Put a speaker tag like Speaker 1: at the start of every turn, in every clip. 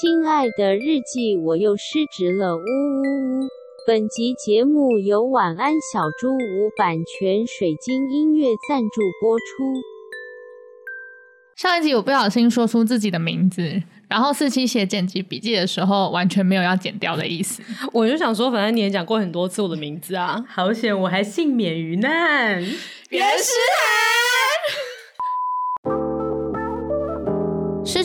Speaker 1: 亲爱的日记，我又失职了，呜呜呜！本集节目由晚安小猪屋版权水晶音乐赞助播出。
Speaker 2: 上一集我不小心说出自己的名字，然后四期写剪辑笔记的时候完全没有要剪掉的意思。
Speaker 3: 我就想说，反正你也讲过很多次我的名字啊。
Speaker 4: 好险，我还幸免于难。
Speaker 2: 原始海。失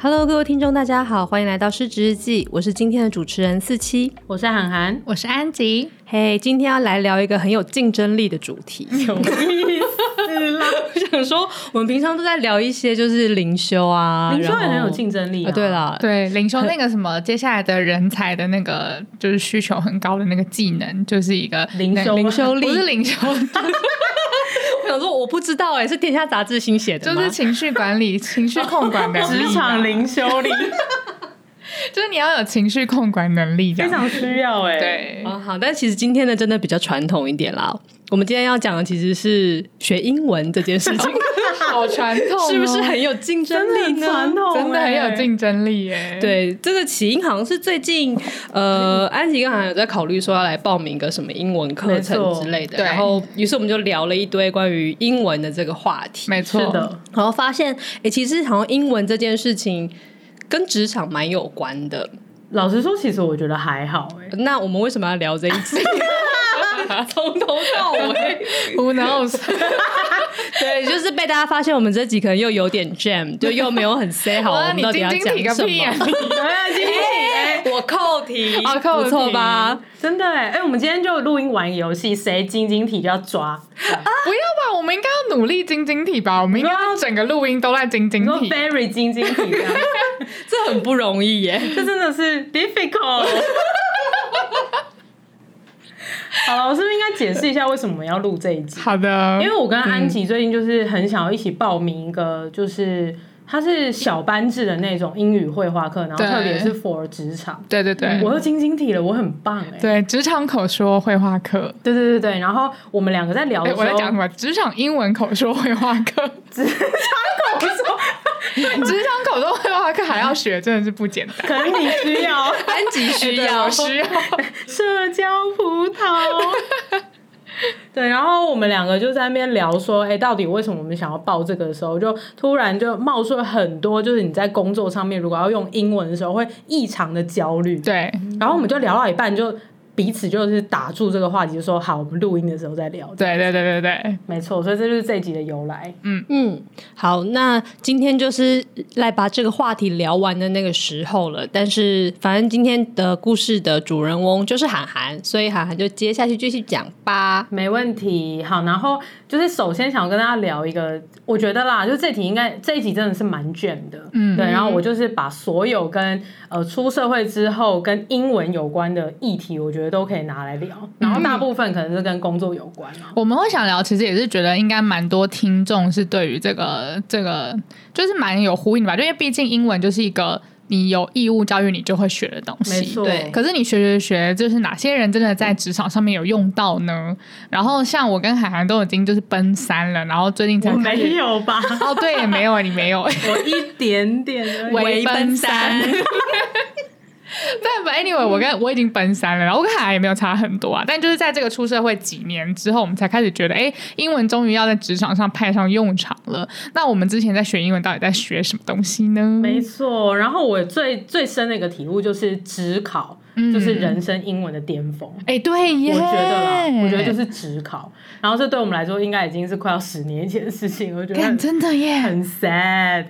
Speaker 5: Hello，各位听众，大家好，欢迎来到《失职日记》，我是今天的主持人四七。
Speaker 4: 我是涵涵，
Speaker 2: 我是安吉，
Speaker 5: 嘿、今天要来聊一个很有竞争力的主题。 我想说，我们平常都在聊一些就是灵修啊，
Speaker 4: 林秋也
Speaker 5: 然后
Speaker 4: 很有竞争力
Speaker 5: 啊。对
Speaker 4: 了，
Speaker 5: 啦，
Speaker 2: 对领袖那个什么，接下来的人才的那个就是需求很高的那个技能，就是一个
Speaker 4: 灵修
Speaker 2: 那
Speaker 4: 灵修
Speaker 2: 不是领袖，
Speaker 5: 啊我想说，我不知道哎、是《天下杂志》新写的
Speaker 2: 就
Speaker 5: 吗？
Speaker 2: 是情绪管理、情绪控管 能力啊，
Speaker 4: 职场灵修力
Speaker 2: 就是你要有情绪控管能力，这
Speaker 4: 非
Speaker 2: 样
Speaker 4: 常需要哎、
Speaker 2: 对。
Speaker 5: 啊、好，但其实今天的真的比较传统一点啦。我们今天要讲的其实是学英文这件事 情，
Speaker 2: 好传统、哦
Speaker 5: 是不是很有竞争力
Speaker 4: 真的很传
Speaker 5: 呢？
Speaker 4: 统
Speaker 2: 真的很
Speaker 4: 哎
Speaker 2: 有竞争力耶？，
Speaker 5: 对，这个起因好像是最近，呃，安吉跟韩有在考虑说要来报名个什么英文课
Speaker 4: 没
Speaker 5: 程
Speaker 4: 错
Speaker 5: 之类的，
Speaker 2: 对
Speaker 5: 然后于是我们就聊了一堆关于英文的这个话题，
Speaker 2: 没错，
Speaker 4: 是的，
Speaker 5: 然后发现，哎、其实好像英文这件事情跟职场蛮有关的。
Speaker 4: 老实说，其实我觉得还好 哎、
Speaker 5: 那我们为什么要聊这一 集？从头到尾，
Speaker 2: Who knows？
Speaker 5: 对，就是被大家发现我们这集可能又有点 jam，就又没有很 say 好，我
Speaker 2: 哇，
Speaker 5: 们
Speaker 2: 你
Speaker 5: 到底
Speaker 2: 晶
Speaker 5: 要
Speaker 2: 晶
Speaker 5: 讲
Speaker 2: 提个
Speaker 5: 什
Speaker 2: 屁啊！
Speaker 5: 么？我扣题，
Speaker 2: 哦扣题
Speaker 5: 不错吧？
Speaker 4: 哎真的哎、哎、我们今天就录音玩游戏，谁晶晶体就要抓。
Speaker 2: 不要吧，哦我们应该要努力晶晶体吧？我们应该是整个录音都在晶晶
Speaker 4: 你说
Speaker 2: 体。
Speaker 4: Barry 晶晶体这样，
Speaker 5: 这很不容易 耶。
Speaker 4: 这真的是 difficult。好了，我是不是应该解释一下为什么我们要录这一集？
Speaker 2: 好的，
Speaker 4: 因为我跟安琪最近就是很想要一起报名一个，就是它是小班制的那种英语绘画课，然后
Speaker 2: 对
Speaker 4: 特别是 for 职场。
Speaker 2: 对对对，
Speaker 4: 我又晶晶体了，我很棒哎、
Speaker 2: 对职场口说绘画课。
Speaker 4: 对对对对，然后哦我们两个在聊
Speaker 2: 哎，
Speaker 4: 的时
Speaker 2: 我在
Speaker 4: 候，
Speaker 2: 讲什么？职场英文口说绘画课，职
Speaker 4: 我说
Speaker 2: 职场口说绘画课还要学，真的是不简单。
Speaker 4: 可能你需 要
Speaker 5: 班级需
Speaker 2: 对
Speaker 5: 要
Speaker 2: 我，需要。
Speaker 4: 社交葡萄。对，然后我们两个就在那边聊说，哎，到底为什么我们想要报这个的时候，就突然就冒出了很多，就是你在工作上面如果要用英文的时候，会异常的焦虑。
Speaker 2: 对，
Speaker 4: 然后我们就聊到一半，就彼此就是打住这个话题，就说好，我们录音的时候再聊。
Speaker 2: 对对对对对，
Speaker 4: 没错，所以这就是这一集的由来。
Speaker 5: 嗯，好，那今天就是来把这个话题聊完的那个时候了。但是，反正今天的故事的主人翁就是涵涵，所以涵涵就接下去继续讲吧。
Speaker 4: 没问题，好，然后就是首先想跟大家聊一个，我觉得啦，就这题应该这一集真的是蛮卷的，
Speaker 2: 嗯
Speaker 4: 对，然后我就是把所有跟呃出社会之后跟英文有关的议题，我觉得都可以拿来聊，然后大部分可能是跟工作有关啊，
Speaker 2: 我们会想聊，其实也是觉得应该蛮多听众是对于这个这个就是蛮有呼应的吧，就因为毕竟英文就是一个你有义务教育你就会学的东
Speaker 4: 没
Speaker 2: 西。
Speaker 4: 错，
Speaker 5: 对
Speaker 2: 可是你学学学，就是哪些人真的在职场上面有用到呢？然后像我跟海涵都已经就是奔三了，然后最近才
Speaker 4: 我
Speaker 2: 开始
Speaker 4: 没有吧，
Speaker 2: 哦，对，也没有，你没 有，
Speaker 4: 我一点点而已
Speaker 2: 微奔三。 但反 anyway，我
Speaker 4: 嗯
Speaker 2: 跟我已经奔三了，然后我跟海涵也没有差很多啊。但就是在这个出社会几年之后，我们才开始觉得，哎，英文终于要在职场上派上用场了。那我们之前在学英文，到底在学什么东西呢？
Speaker 4: 没错，然后我最最深的一个体悟就是职考，
Speaker 2: 嗯
Speaker 4: 就是人生英文的巅峰。
Speaker 2: 哎，对耶，
Speaker 4: 我觉得啦，我觉得就是是职考，然后这对我们来说应该已经是快要十年前的事情，我觉得
Speaker 2: 干
Speaker 4: 很
Speaker 2: 哎真的耶，
Speaker 4: 很 sad。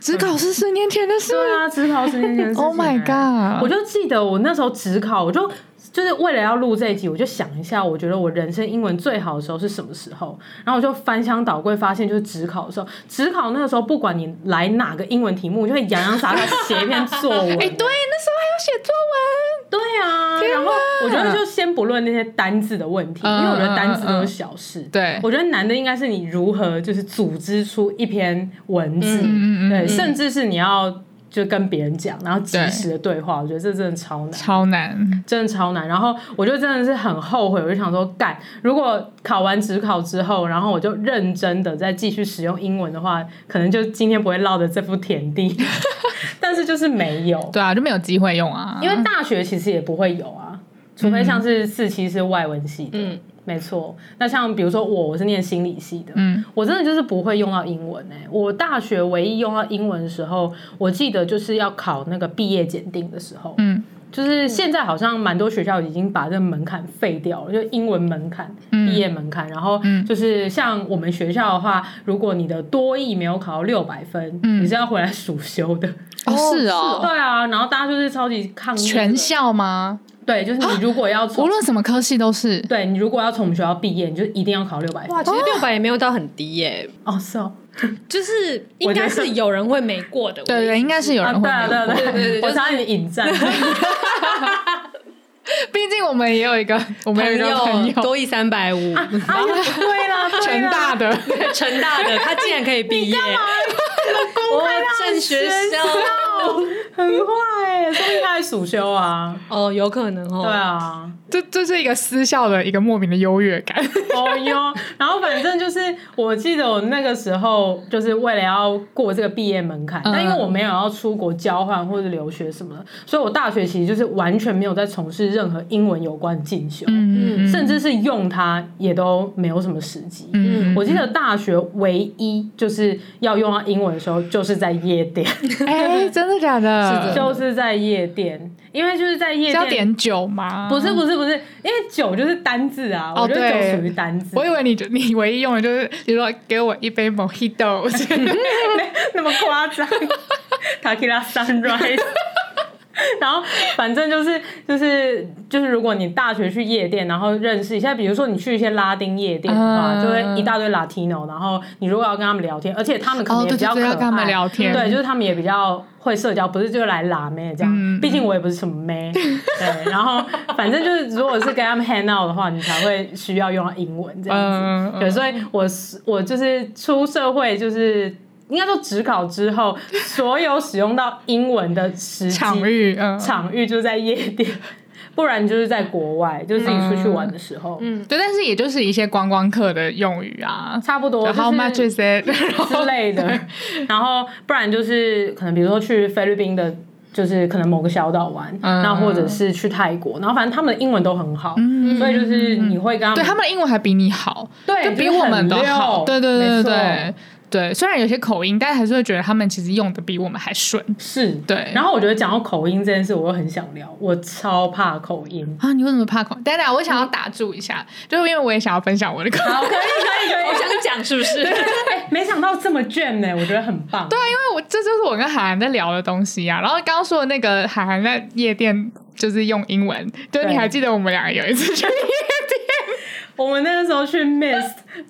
Speaker 2: 只考是十年前的事。
Speaker 4: 对啊，职考十年前的事情、
Speaker 2: Oh
Speaker 4: 欸
Speaker 2: my god！
Speaker 4: 我就记得我那时候职考，我就就是为了要录这一集，我就想一下，我觉得我人生英文最好的时候是什么时候？然后我就翻箱倒柜，发现就是职考的时候。职考那个时候，不管你 来哪个英文题目，你就会洋洋洒洒写一篇作文。
Speaker 2: 哎，对，那时候还要写作文。
Speaker 4: 对啊，然后我觉得就先不论那些单字的问题，
Speaker 2: 嗯
Speaker 4: 因为我觉得单字都是小事。
Speaker 2: 对
Speaker 4: 我觉得难的应该是你如何就是组织出一篇文字，
Speaker 2: 嗯嗯嗯
Speaker 4: 对，
Speaker 2: 嗯
Speaker 4: 甚至是你要就跟别人讲，然后及时的对话，我觉得这真的超难。
Speaker 2: 超难，
Speaker 4: 真的超难，然后我就真的是很后悔，我就想说，干，如果考完职考之后，然后我就认真的再继续使用英文的话，可能就今天不会落得这副田地。 但是就是没有，
Speaker 2: 对啊，就没有机会用啊，
Speaker 4: 因为大学其实也不会有啊，除非像
Speaker 2: 嗯
Speaker 4: 是四期是外文系的，
Speaker 3: 嗯
Speaker 4: 没错。那像比如说我，我是念心理系的，
Speaker 2: 嗯
Speaker 4: 我真的就是不会用到英文哎、我大学唯一用到英文的时候，我记得就是要考那个毕业检定的时候，
Speaker 2: 嗯
Speaker 4: 就是现在好像蛮多学校已经把这个门槛废掉了，就英文门槛、
Speaker 2: 嗯
Speaker 4: 毕业门槛。然后
Speaker 2: 嗯
Speaker 4: 就是像我们学校的话，如果你的多益没有考到六百分，
Speaker 2: 嗯
Speaker 4: 你是要回来暑修的。
Speaker 2: 哦是哦，
Speaker 4: 对啊，然后大家就是超级抗议这个
Speaker 2: 全校吗？
Speaker 4: 对，就是你如果要从
Speaker 2: 无论什么科系都是，
Speaker 4: 对你如果要从我们学校毕业，你就一定要考六百分。
Speaker 5: 哇，其实六百也没有到很低耶、
Speaker 4: 哦，是哦，
Speaker 5: 就是应该是有人会没过的。
Speaker 2: 对对，应该是有
Speaker 4: 啊，
Speaker 2: 人会
Speaker 4: 对啊，对
Speaker 2: 用
Speaker 4: 啊，
Speaker 2: 过，
Speaker 4: 对啊
Speaker 5: 对对
Speaker 4: 我
Speaker 5: 就是
Speaker 4: 差点引 战。啊
Speaker 2: 毕竟我们也有一个，我们有一个朋
Speaker 5: 朋友
Speaker 2: 友，
Speaker 5: 多一三百五，
Speaker 4: 哎呀对啦，对啦
Speaker 2: 全大的，
Speaker 5: 成大的他竟然可以毕业，
Speaker 4: 公开
Speaker 5: 哦
Speaker 4: 让
Speaker 5: 正学校
Speaker 4: 很坏欸，说明他还暑修啊。
Speaker 5: 哦，有可能哦。
Speaker 4: 对啊，
Speaker 2: 这这是一个私校的一个莫名的优越感，
Speaker 4: 哦哟，然后反正就是，我记得我那个时候就是为了要过这个毕业门槛，
Speaker 2: 嗯
Speaker 4: 但因为我没有要出国交换或者留学什么的，所以我大学其实就是完全没有在从事任何英文有关的进修，
Speaker 2: 嗯
Speaker 4: 甚至是用它也都没有什么时机。
Speaker 2: 嗯，
Speaker 4: 我记得大学唯一就是要用到英文的时候，就是在夜 店，
Speaker 2: 哎，真的假的？
Speaker 4: 就是在夜店，因为就是在夜
Speaker 2: 是要
Speaker 4: 店。
Speaker 2: 点酒吗？
Speaker 4: 不是不是不是，因为酒就是单字啊，
Speaker 2: 哦
Speaker 4: 我觉得
Speaker 2: 对
Speaker 4: 酒属于单字。
Speaker 2: 我以为你你唯一用的就是，比如说给我一杯 Mojito，
Speaker 4: 那么夸 张，Takila Sunrise。然后反正就是就是就是，如果你大学去夜店，然后认识一下，比如说你去一些拉丁夜店的话，
Speaker 2: 嗯
Speaker 4: 就会一大堆 Latino，然后你如果要跟他们聊天，而且他们可能
Speaker 2: 哦，
Speaker 4: 也比
Speaker 2: 对对
Speaker 4: 较可
Speaker 2: 对，
Speaker 4: 爱，
Speaker 2: 要跟他们聊天，
Speaker 4: 对，就是他们也比较会社交，不是就来拉妹这样。
Speaker 2: 嗯
Speaker 4: 毕竟我也不是什么妹，对。然后反正就是，如果是跟他们 hang out 的话，你才会需要用到英文这样子。
Speaker 2: 嗯嗯
Speaker 4: 对，所以我是我就是出社会就是。应该说，职考之后，所有使用到英文的时机
Speaker 2: 场域，嗯，
Speaker 4: 场域就是在夜店，不然就是在国外，就是自己出去玩的时候，嗯，
Speaker 2: 对，但是也就是一些观光客的用语啊。
Speaker 4: 差不多。
Speaker 2: 然后 How
Speaker 4: 就是
Speaker 2: much is it？然
Speaker 4: 之
Speaker 2: 后
Speaker 4: 类 的。然后不然就是可能比如说去菲律宾的，就是可能某个小岛玩，
Speaker 2: 嗯
Speaker 4: 那或者是去泰国，然后反正他们的英文都很好，所以就是你会跟他们
Speaker 2: 对他们的英文还比你好，
Speaker 4: 对
Speaker 2: 就
Speaker 4: 就
Speaker 2: 比
Speaker 4: 是
Speaker 2: 我嗯们
Speaker 4: 很
Speaker 2: 都
Speaker 4: 溜
Speaker 2: 好。对对对对
Speaker 4: 没
Speaker 2: 对对，虽然有些口音，但还是会觉得他们其实用的比我们还顺
Speaker 4: 是
Speaker 2: 对
Speaker 4: 然后我觉得讲到口音这件事，我又很想聊，我超怕口音。
Speaker 2: 啊。你为什么怕口？等等，我想要打住 一下，就是因为我也想要分享我的口
Speaker 4: 好，可以可以可以。
Speaker 5: 我想讲是不是？
Speaker 4: 哎，没想到这么卷呢、我觉得很棒。对，
Speaker 2: 因为我这就是我跟海涵在聊的东西啊。然后刚刚说的那个海涵在夜店就是用英文，就是你
Speaker 4: 对
Speaker 2: 还记得我们两个有一次去夜
Speaker 4: 我们那个时候去 Miss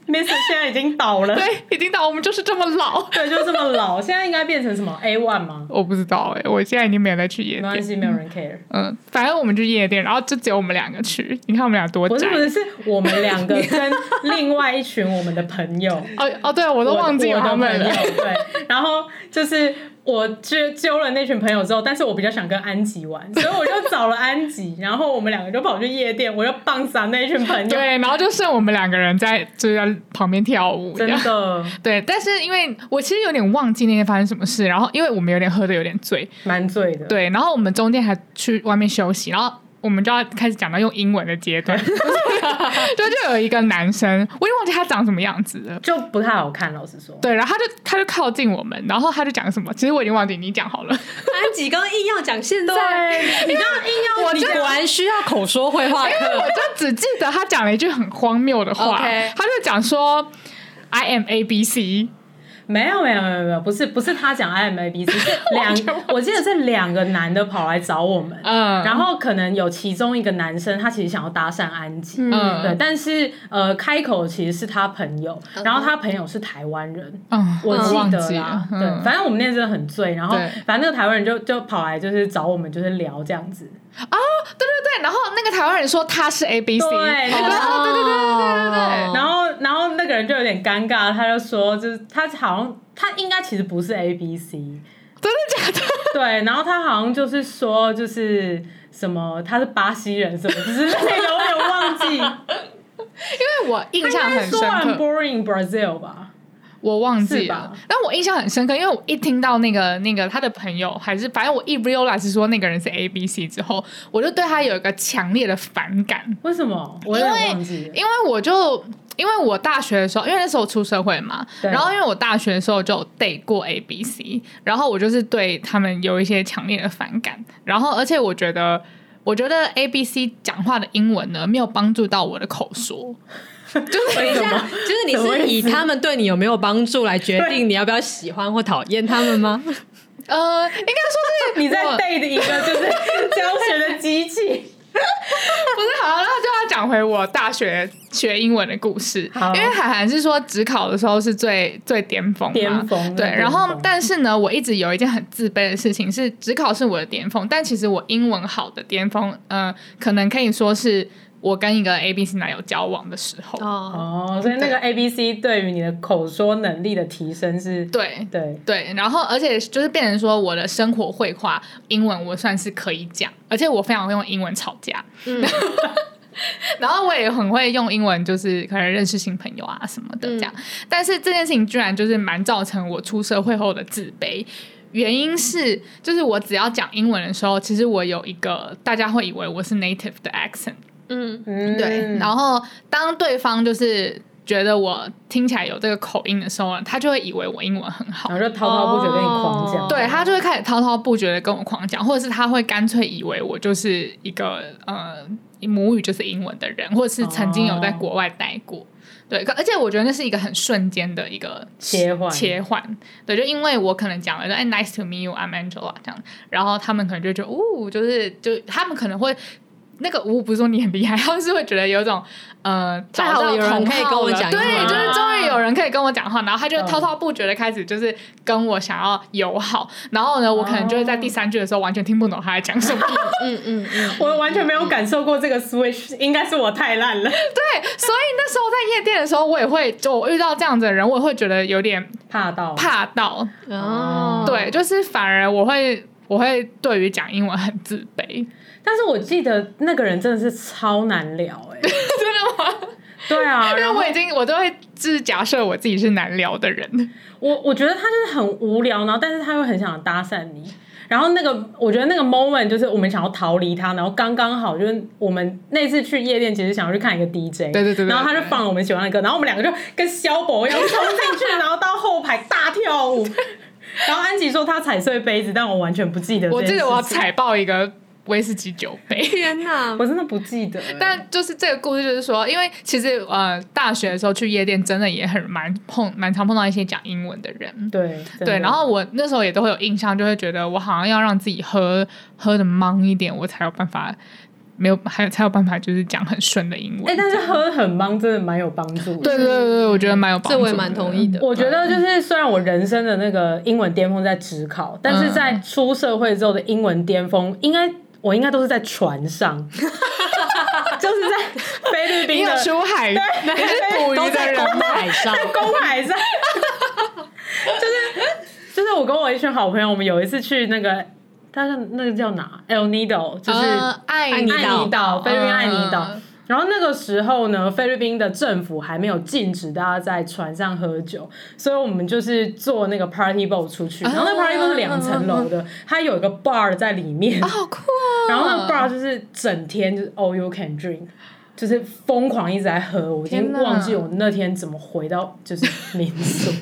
Speaker 4: Miss，现在已经倒了，
Speaker 2: 店，对，已经到我们就是这么老，
Speaker 4: 对，就这么老，现在应该变成什么 A one 吗？
Speaker 2: 我不知道哎、我现在已经没有再去夜
Speaker 4: 没关
Speaker 2: 店。
Speaker 4: 系，没有人 care。
Speaker 2: 嗯，反正我们去夜店，然后就只有我们两个去，你看我们俩多
Speaker 4: 不是
Speaker 2: 宅
Speaker 4: 不。是，是我们两个跟另外一群我们的朋 友，
Speaker 2: 哦哦，对，我都忘记
Speaker 4: 我
Speaker 2: 有
Speaker 4: 的
Speaker 2: 他
Speaker 4: 我的
Speaker 2: 们
Speaker 4: 朋友
Speaker 2: 了。
Speaker 4: 对，然后就是我揪揪了那群朋友之后，但是我比较想跟安吉玩，所以我就找了安吉，然后我们两个就跑去夜店，我就棒杀那一群朋友，
Speaker 2: 对，然后就剩我们两个人在就在旁边跳舞，
Speaker 4: 真的
Speaker 2: 对，但是因为我其实有点忘记那天发生什么事，然后因为我们有点喝的有点醉，
Speaker 4: 蛮醉的。
Speaker 2: 对，然后我们中间还去外面休息，然后我们就要开始讲到用英文的阶 段，就就有一个男生，我已经忘记他长什么样子了。
Speaker 4: 就不太好看，老实说。
Speaker 2: 对，然后他就他就靠近我们，然后他就讲什么，其实我已经忘记，你讲好 了。
Speaker 5: 安吉刚刚硬要讲现在，
Speaker 4: 对，你刚刚硬要
Speaker 5: 你果然需要口说绘画
Speaker 2: 我
Speaker 5: 课。
Speaker 2: 就只记得他讲了一句很荒谬的话
Speaker 5: OK
Speaker 2: 他就讲说 “I am A B C”，
Speaker 4: 没有没有没有没有，不是不是他讲 IMAB，只是两，我记得是两个男的跑来找我们，
Speaker 2: 嗯，
Speaker 4: 然后可能有其中一个男生他其实想要搭讪安吉，
Speaker 2: 嗯
Speaker 4: 对，但是呃开口其实是他朋友，然后他朋友是台湾人，
Speaker 2: 嗯，
Speaker 4: 我记
Speaker 2: 忘
Speaker 4: 得
Speaker 2: 记
Speaker 4: 啦
Speaker 2: 了，，
Speaker 4: 对，
Speaker 2: 嗯
Speaker 4: 反正我们那天真的很醉，然后
Speaker 2: 对
Speaker 4: 反正那个台湾人就就跑来就是找我们就是聊这样子，
Speaker 2: 对，然后那个台湾人说他是 A B C，
Speaker 4: 对
Speaker 2: 然后对对对对对对
Speaker 5: 哦
Speaker 2: 对，
Speaker 4: 然后然后那个人就有点尴尬，他就说就是他好像他应该其实不是 A B C，
Speaker 2: 真的假的？
Speaker 4: 对，然后他好像就是说，就是什么他是巴西人什么之类的，我也忘记。
Speaker 2: 因为我 印象很
Speaker 4: 说
Speaker 2: 深刻
Speaker 4: I'm。boring Brazil 吧？
Speaker 2: 我忘记
Speaker 4: 是吧
Speaker 2: 了，但我印象很深刻，因为我一听到那个那个他的朋友，还是反正我一 realize 说那个人是 A B C 之后，我就对他有一个强烈的反感，
Speaker 4: 为什么？我有点忘记了。
Speaker 2: 因为我就因为我大学的时候，因为那时候我出社会嘛，
Speaker 4: 对
Speaker 2: 然后因为我大学的时候就有 date 过 A B C，然后我就是对他们有一些强烈的反感，然后而且我觉得。我觉得 A B C 讲话的英文呢，没有帮助到我的口说，
Speaker 5: 等 一下，啊就是你是以他们对你有没有帮助来决定你要不要喜欢或讨厌他们吗？
Speaker 2: 呃，应该说是
Speaker 4: 你在
Speaker 2: 我
Speaker 4: date 一个 就是教学的机器，
Speaker 2: 不是好，那就要讲回我大学学英文的故事，
Speaker 4: 好
Speaker 2: 因为海涵是说只考的时候是最最巅峰嘛，
Speaker 4: 巅峰
Speaker 2: 对。
Speaker 4: 巅峰
Speaker 2: 然后，但是呢，我一直有一件很自卑的事情是，只考是我的巅峰，但其实我英文好的巅峰，呃，可能可以说是我跟一个 A B C 男友交往的时候，
Speaker 5: 哦，
Speaker 4: 哦，所以那个 A B C 对于你的口说能力的提升是，
Speaker 2: 对。
Speaker 4: 对，
Speaker 2: 对，然后而且就是变成说，我的生活绘画英文我算是可以讲，而且我非常会用英文吵架， 然后我也很会用英文，就是可能认识新朋友啊什么的这样。但是这件事情居然就是蛮造成我出社会后的自卑。原因是，就是我只要讲英文的时候，其实我有一个大家会以为我是 native 的 accent，
Speaker 5: 嗯，
Speaker 4: 嗯
Speaker 2: 对。然后当对方就是觉得我听起来有这个口音的时候呢，他就会以为我英文很好
Speaker 4: 然。后就滔滔不绝跟你狂讲，
Speaker 5: 哦
Speaker 2: 对他就会开始滔滔不绝的跟我狂讲，或者是他会干脆以为我就是一个呃母语就是英文的人，或者是曾经有在国外待过。对，可而且我觉得那是一个很瞬间的一个
Speaker 4: 切换
Speaker 2: 切换。对，就因为我可能讲了，哎，nice to meet you，I'm Angela 这样，然后他们可能就觉得，哦，就是就他们可能会那个，我不是说你很厉害，他们是会觉得有一种，呃，
Speaker 5: 太好了
Speaker 2: 找到
Speaker 5: 有人
Speaker 2: 同
Speaker 5: 可以
Speaker 2: 好
Speaker 5: 跟我
Speaker 2: 了
Speaker 5: 讲英文
Speaker 2: 对，
Speaker 5: 了
Speaker 2: 就是终于有人可以跟我讲话，然后他就
Speaker 4: 嗯
Speaker 2: 滔滔不绝的开始就是跟我想要友好，然后呢，我可能就会在第三句的时候完全听不懂他在讲 什么，
Speaker 4: 我完全没有感受过这个 switch，应该是我太烂了，
Speaker 2: 对，所以那时候在夜店的时候，我也会就我遇到这样子的人，我也会觉得有点
Speaker 4: 怕到，
Speaker 2: 怕到，
Speaker 5: 哦，
Speaker 2: 对，就是反而我会我会对于讲英文很自卑，
Speaker 4: 但是我记得那个人真的是超难聊、欸，哎，
Speaker 2: 真的吗？
Speaker 4: 对啊，
Speaker 2: 因为
Speaker 4: 然后
Speaker 2: 我已经我都会就是假设我自己是难聊的人，
Speaker 4: 我我觉得他就是很无聊，然后但是他又很想搭讪你。然后那个，我觉得那个 moment 就是我们想要逃离他，然后刚刚好就是我们那次去夜店，其实想要去看一个 DJ，
Speaker 2: 对对对对
Speaker 4: 然后他就放了我们喜欢的歌，然后我们两个就跟肖博一样冲进去，然后到后排大跳 舞。然后安吉说他踩碎杯子，但我完全不记得这
Speaker 2: 我
Speaker 4: 件事
Speaker 2: 记
Speaker 4: 情。
Speaker 2: 得我踩爆一个威士忌酒杯。
Speaker 5: 天哪！
Speaker 4: 我真的不记得欸、
Speaker 2: 但就是这个故事，就是说，因为其实呃，大学的时候去夜店，真的也很蛮碰蛮常碰到一些讲英文的人。
Speaker 4: 对真
Speaker 2: 对，
Speaker 4: 的
Speaker 2: 然后我那时候也都会有印象，就会觉得我好像要让自己喝喝的忙一点，我才有办法没有还有才有办法就是讲很顺的英文。
Speaker 4: 哎、但是喝很忙真的蛮有帮助的。
Speaker 2: 对对对对，我觉得蛮有帮助
Speaker 5: 这
Speaker 2: 的。
Speaker 5: 我也蛮同意的。
Speaker 4: 我觉得就是，虽然我人生的那个英文巅峰在职考，但是在出社会之后的英文巅峰，应该我应该都是在船 上，就是在菲律
Speaker 2: 你
Speaker 4: 宾
Speaker 2: 有
Speaker 4: 的
Speaker 2: 出海， 你是捕鱼的人吗？
Speaker 5: 海上，
Speaker 4: 公海上， 就是就是我跟我一群好朋友，我们有一次去那个，他是那个叫哪？El Nido，就是
Speaker 2: 呃爱
Speaker 5: 尼
Speaker 4: 爱尼岛，菲律宾爱尼岛
Speaker 2: 嗯。
Speaker 4: 然后那个时候呢，菲律宾的政府还没有禁止大家在船上喝酒，所以我们就是坐那个 party boat 出
Speaker 2: 啊
Speaker 4: 去。然后那 party boat 是两层楼的，它有一个 bar 在里面，
Speaker 2: 好酷哦！
Speaker 4: 然后那 bar 就是整天就是 all you can drink，就是疯狂一直在喝。我已经
Speaker 2: 天哪
Speaker 4: 忘记我那天怎么回到就是民宿，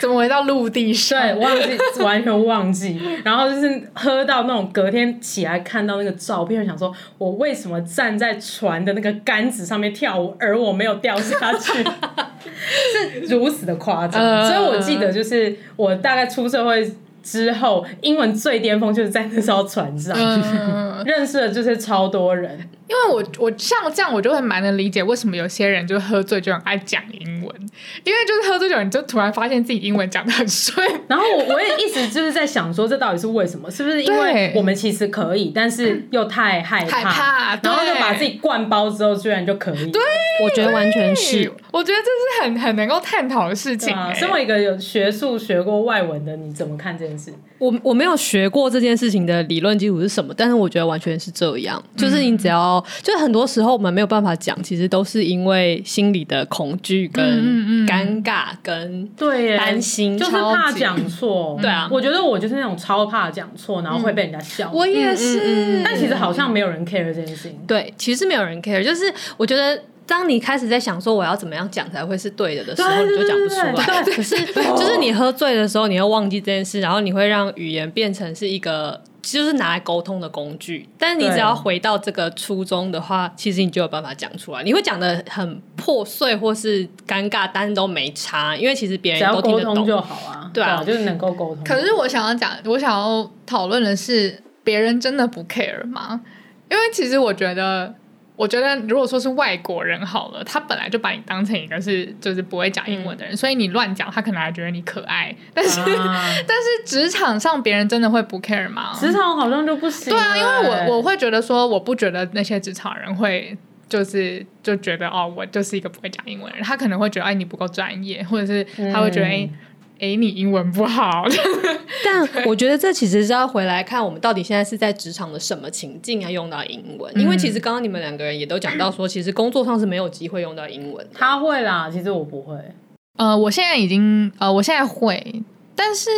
Speaker 2: 怎么回到陆地上？
Speaker 4: 对，忘记 完全忘记。然后就是喝到那种隔天起来看到那个照片，想说我为什么站在船的那个杆子上面跳舞，而我没有掉下去？是如此的夸张。
Speaker 2: 嗯
Speaker 4: 所以我记得，就是我大概出社会之后，英文最巅峰就是在那艘船上、
Speaker 2: 嗯，
Speaker 4: 认识的，就是超多人。
Speaker 2: 因为我我像这样，我就会蛮能理解为什么有些人就喝醉就很爱讲英文，因为就是喝醉酒，你就突然发现自己英文讲的很顺，
Speaker 4: 然后我我也一直就是在想说，这到底是为什么？是不是因为
Speaker 2: 对嗯
Speaker 4: 我们其实可以，但是又太害怕，
Speaker 2: 害怕
Speaker 4: 然后就
Speaker 2: 对
Speaker 4: 把自己灌包之后，居然就可以。对，
Speaker 5: 我觉得完全是。
Speaker 2: 嗯我觉得这是很很能够探讨的事情、
Speaker 4: 啊，
Speaker 2: 欸。
Speaker 4: 身为一个有学术学过外文的，你怎么看这件事？
Speaker 5: 我我没有学过这件事情的理论基础是什么，但是我觉得完全是这样，
Speaker 2: 嗯
Speaker 5: 就是你只要，就是很多时候我们没有办法讲，其实都是因为心里的恐惧、
Speaker 2: 嗯嗯嗯
Speaker 5: 跟尴尬、跟
Speaker 4: 对耶，
Speaker 5: 担心，
Speaker 4: 就是
Speaker 5: 超
Speaker 4: 怕
Speaker 5: 级
Speaker 4: 讲错。
Speaker 5: 对啊
Speaker 4: 嗯我觉得我就是那种超怕讲错，然后会被人家笑。
Speaker 2: 嗯
Speaker 5: 哦
Speaker 2: 我也是，
Speaker 4: 但
Speaker 2: 嗯
Speaker 4: 其实好像没有人 care 这件事情。
Speaker 5: 对，其实没有人 care，就是我觉得。当你开始在想说我要怎么样讲才会是对的的时候，
Speaker 4: 对
Speaker 5: 你就讲不出来。
Speaker 4: 对
Speaker 5: 可是就是你喝醉的时候，你会忘记这件事，然后你会让语言变成是一个就是拿来沟通的工具。但是你
Speaker 4: 对
Speaker 5: 只要回到这个初衷的话，其实你就有办法讲出来。你会讲的很破碎或是尴尬，但是都没差，因为其实别
Speaker 4: 只
Speaker 5: 人
Speaker 4: 要
Speaker 5: 都听
Speaker 4: 沟
Speaker 5: 得
Speaker 4: 通就
Speaker 5: 懂。
Speaker 4: 好啊。
Speaker 5: 对啊
Speaker 4: 就是能够沟通。
Speaker 2: 可是我想要讲，我想要讨论的是，别人真的不 care 吗？因为其实我觉得，我觉得如果说是外国人好了，他本来就把你当成一个是就是不会讲英文的
Speaker 4: 嗯
Speaker 2: 人，所以你乱讲，他可能还觉得你可爱。但是、
Speaker 4: 啊
Speaker 2: 但是职场上别人真的会不 care 吗？
Speaker 4: 职场好像就不行
Speaker 2: 对
Speaker 4: 了
Speaker 2: 啊，
Speaker 4: 欸。
Speaker 2: 因为我我会觉得说，我不觉得那些职场人会。就是就觉得哦，我就是一个不会讲英文的人，他可能会觉得哎你不够专业，或者是他会觉得
Speaker 4: 嗯
Speaker 2: 哎哎、你英文不好，
Speaker 5: 但 我觉得这其实是要回来看我们到底现在是在职场的什么情境要用到英文，因为
Speaker 2: 嗯
Speaker 5: 其实刚刚你们两个人也都讲到说，其实工作上是没有机会用到英文的。
Speaker 4: 他会啦，其实我不会。
Speaker 2: 呃，我现在已经呃，我现在会，但是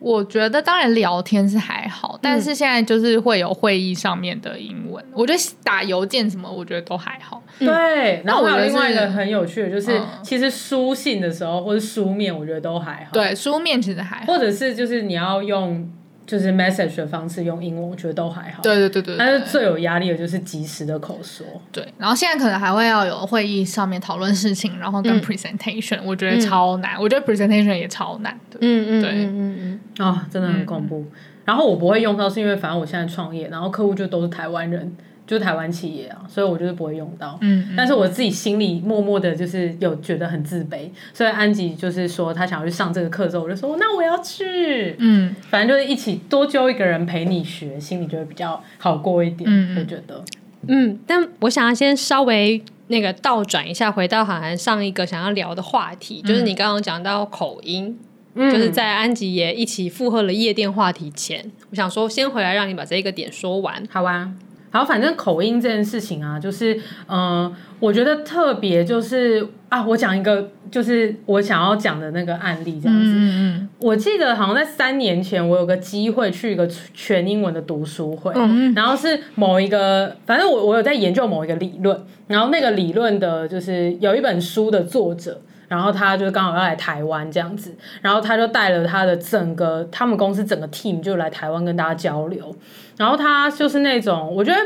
Speaker 2: 我觉得当然聊天是还好，但
Speaker 4: 嗯
Speaker 2: 是现在就是会有会议上面的英文，我觉得打邮件什么，我觉得都还好。
Speaker 4: 嗯对，然后还
Speaker 2: 嗯那我觉
Speaker 4: 有
Speaker 2: 得
Speaker 4: 另外一
Speaker 2: 是
Speaker 4: 个很有趣的，就是
Speaker 2: 嗯
Speaker 4: 其实书信的时候或者书面，我觉得都还好。，
Speaker 2: 对，书面其实还好。
Speaker 4: 或者是就是你要用就是 message 的方式用英文，我觉得都还好。
Speaker 2: 对对对对
Speaker 4: 但
Speaker 2: 对
Speaker 4: 是最有压力的就是及时的口说，
Speaker 2: 对，然后现在可能还会要有会议上面讨论事情，然后
Speaker 4: 嗯
Speaker 2: 跟 presentation，、我觉得超难，我觉得 presentation 也超难的。
Speaker 5: 嗯嗯
Speaker 2: 对
Speaker 5: 嗯
Speaker 4: 啊、真的很恐怖。嗯然后我不会用到，是因为反正我现在创业，然后客户就都是台湾人，就是台湾企业啊，所以我就是不会用到。
Speaker 2: 嗯，
Speaker 4: 但是我自己心里默默的，就是有觉得很自卑，所以安吉就是说他想要去上这个课之后，我就说那我要去，
Speaker 2: 嗯，
Speaker 4: 反正就是一起多揪一个人陪你学，心里就会比较好过一点。
Speaker 2: 嗯嗯
Speaker 4: 我觉得
Speaker 5: 嗯，但我想要先稍微那个倒转一下，回到韩寒上一个想要聊的话题，就是
Speaker 2: 嗯
Speaker 5: 你刚刚讲到口音，就是在安吉也一起附和了夜店话题前，我想说先回来让你把这个点说完。
Speaker 4: 好啊。好，反正口音这件事情啊，就是，嗯、我觉得特别就是啊，我讲一个，就是我想要讲的那个案例这样子。
Speaker 2: 嗯
Speaker 4: 我记得好像在三年前，我有个机会去一个全英文的读书会，
Speaker 2: 嗯
Speaker 4: 然后是某一个，反正我我有在研究某一个理论，然后那个理论的就是有一本书的作者。然后他就刚好要来台湾这样子，然后他就带了他的整个他们公司整个 team 就来台湾跟大家交流，然后他就是那种我觉得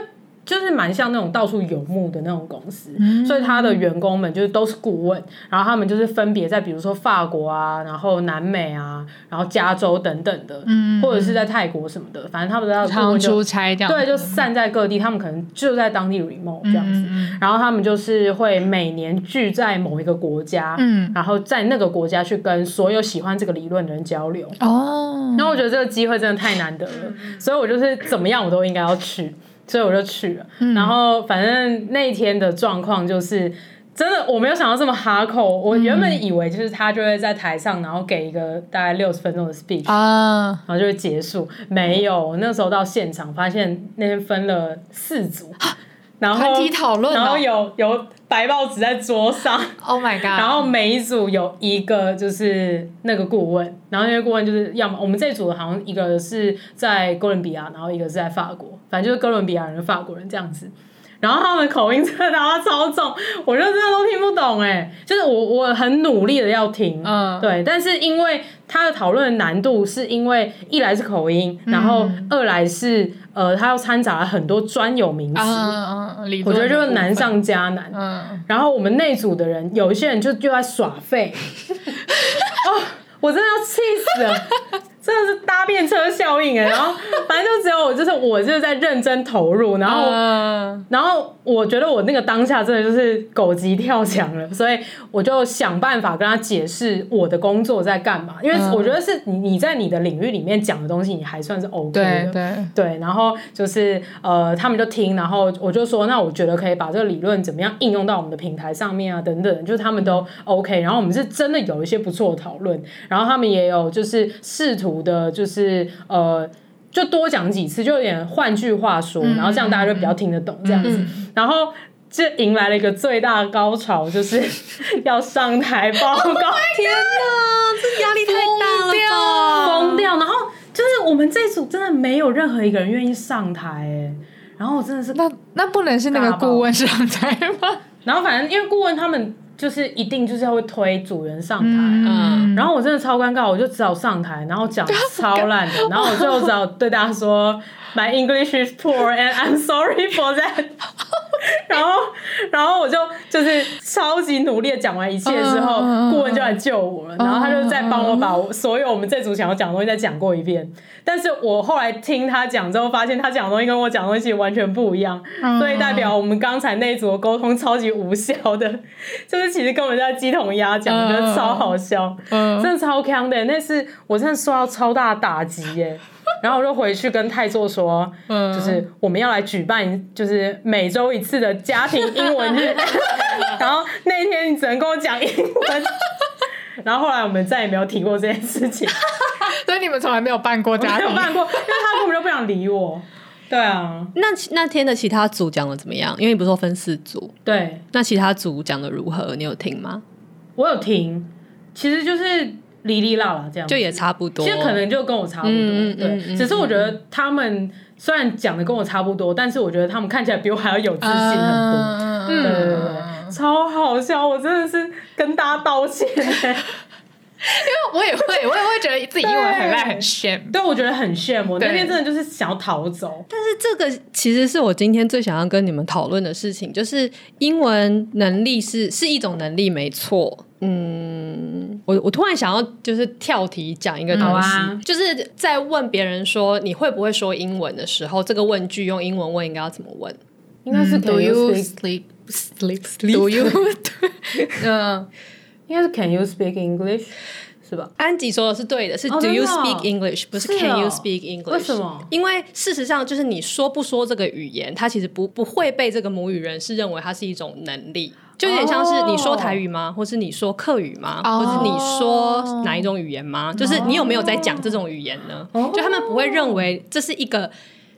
Speaker 4: 就是蛮像那种到处游牧的那种公司，
Speaker 2: 嗯
Speaker 4: 所以他的员工们就是都是顾问，然后他们就是分别在比如说法国啊，然后南美啊，然后加州等等的，
Speaker 2: 嗯
Speaker 4: 或者是在泰国什么的，反正他们的
Speaker 2: 嗯，
Speaker 4: 顾
Speaker 2: 常
Speaker 4: 问就
Speaker 2: 出差这样。
Speaker 4: 对，就散在各地，他们可能就在当地 remote 这样子，
Speaker 2: 嗯
Speaker 4: 然后他们就是会每年聚在某一个国家，
Speaker 2: 嗯
Speaker 4: 然后在那个国家去跟所有喜欢这个理论的人交流。
Speaker 2: 哦，
Speaker 4: 然后我觉得这个机会真的太难得了，所以我就是怎么样我都应该要去，所以我就去了。
Speaker 2: 嗯
Speaker 4: 然后反正那一天的状况就是。真的，我没有想到这么哈口。我原
Speaker 2: 嗯
Speaker 4: 本以为就是他就会在台上，然后给一个大概六十分钟的 speech，
Speaker 2: 啊，
Speaker 4: 然后就会结束。没有，我那时候到现场发现那天分了四组，然后
Speaker 2: 啊团体讨论哦
Speaker 4: 然后有有白报纸在桌上，
Speaker 2: Oh my god！
Speaker 4: 然后每一组有一个就是那个顾问，然后那个顾问就是要么我们这组好像一个是在哥伦比亚，然后一个是在法国，反正就是哥伦比亚人、法国人这样子。然后他们口音真的他妈超重， 我就真的都听不懂哎、就是我我很努力的要听，
Speaker 2: 嗯
Speaker 4: 对，但是因为他的讨论难度是因为一来是口音，然后
Speaker 2: 嗯
Speaker 4: 二来是呃，他要掺杂了很多专有名词，
Speaker 2: 嗯嗯，理
Speaker 4: 我觉得就是
Speaker 2: 论的部分
Speaker 4: 难上加难。
Speaker 2: 嗯，
Speaker 4: 然后我们内组的人，有一些人就就在耍 废，哦，我真的要气死了，真的是搭便车效应哎。然后反正就只有我，就是我就是在认真投入，然后、
Speaker 2: 嗯
Speaker 4: 然后我觉得我那个当下真的就是狗急跳墙了，所以我就想办法跟他解释我的工作在干嘛，因为
Speaker 2: 嗯
Speaker 4: 我觉得是你你在你的领域里面讲的东西，你还算是 OK 的
Speaker 2: 对。对，
Speaker 4: 对，然后就是呃，他们就听，然后我就说，那我觉得可以把这个理论怎么样应用到我们的平台上面啊，等等，就是他们都 OK。然后我们是真的有一些不错的讨论，然后他们也有就是试图的，就是呃。就多讲几次，就有点换句话说，然后这样大家就比较听得懂这样子。
Speaker 2: 嗯
Speaker 4: 然后这迎来了一个最大的高潮，就是要上台报告。天
Speaker 5: 压力太大了吧？
Speaker 4: 哦疯掉。然后就是我们这组真的没有任何一个人愿意上台哎、然后我真的是，
Speaker 2: 那那不能是那个顾问上 台吗？
Speaker 4: 然后反正因为顾问他们就是一定就是要会推组员上台。
Speaker 2: 嗯，
Speaker 4: 然后我真的超尴尬，我就只好上台，然后讲超烂的，然后我最后只好对大家说，My English is poor and I'm sorry for that 。然后，然后我就就是超级努力的讲完一切之后，
Speaker 2: 嗯嗯嗯嗯
Speaker 4: 顾问就来救我了，然后他就再帮我把我所有我们这组想要讲的东西再讲过一遍。但是我后来听他讲之后，发现他讲的东西跟我讲的东西其实完全不一样，
Speaker 2: 嗯
Speaker 4: 所以代表我们刚才那一组的沟通超级无效的，就是其实根本在鸡同鸭讲，我觉得超好笑。
Speaker 2: 嗯
Speaker 4: 真的超强的、那次我真的受到超大的打击 耶、然后我就回去跟泰座说，
Speaker 2: 嗯
Speaker 4: 就是我们要来举办，就是每周一次的家庭英文 日，然后那天你只能跟我讲英 文。然后后来我们再也没有提过这件事情，
Speaker 2: 所以你们从来没有办过 家
Speaker 4: 没有
Speaker 2: 庭，
Speaker 4: 办过，因为他根本就不想理我。对啊，
Speaker 5: 那那天的其他组讲的怎么样？因为你不是说分四组，
Speaker 4: 对
Speaker 5: 那其他组讲的如何？你有听吗？
Speaker 4: 我有听，其实就是哩哩啦啦这样子，
Speaker 5: 就也差不多，
Speaker 4: 其实可能就跟我差不多，
Speaker 5: 嗯嗯
Speaker 4: 对、
Speaker 5: 嗯嗯
Speaker 4: 只是我觉得他们虽然讲的跟我差不多，但是我觉得他们看起来比我还要有自信很多。
Speaker 2: 嗯
Speaker 4: 对对对对，超好笑！我真的是跟大家道 歉、
Speaker 2: 我也会，我也会觉得自己英文很烂，很 shame。
Speaker 4: 对，我觉得很羡慕。那
Speaker 2: 对
Speaker 4: 天真的就是想要逃走，
Speaker 5: 但是这个其实是我今天最想要跟你们讨论的事情，就是英文能力是是一种能力，没错。嗯，我我突然想要就是跳题讲一个东
Speaker 4: 好
Speaker 5: 西，
Speaker 4: 啊
Speaker 5: 就是在问别人说你会不会说英文的时候，这个问句用英文问应该要怎么问？
Speaker 4: 应该是 Can
Speaker 2: Do
Speaker 4: you
Speaker 2: you
Speaker 4: speak？
Speaker 2: sleep sleep Do you？嗯，
Speaker 4: 应该是 Can you speak English？是吧？
Speaker 5: 安吉说的是对的，是
Speaker 4: 哦
Speaker 5: Do you
Speaker 4: 真的哦
Speaker 5: speak English，不是
Speaker 4: 是哦
Speaker 5: Can you speak English？
Speaker 4: 为什么
Speaker 5: 因为事实上就是你说不说这个语言，它其实不不会被这个母语人士认为它是一种能力，就有点像是
Speaker 4: 哦
Speaker 5: 你说台语吗，或是你说客语吗，
Speaker 2: 哦
Speaker 5: 或是你说哪一种语言吗？就是你有没有在讲这种语言呢？
Speaker 4: 哦
Speaker 5: 就他们不会认为这是一个。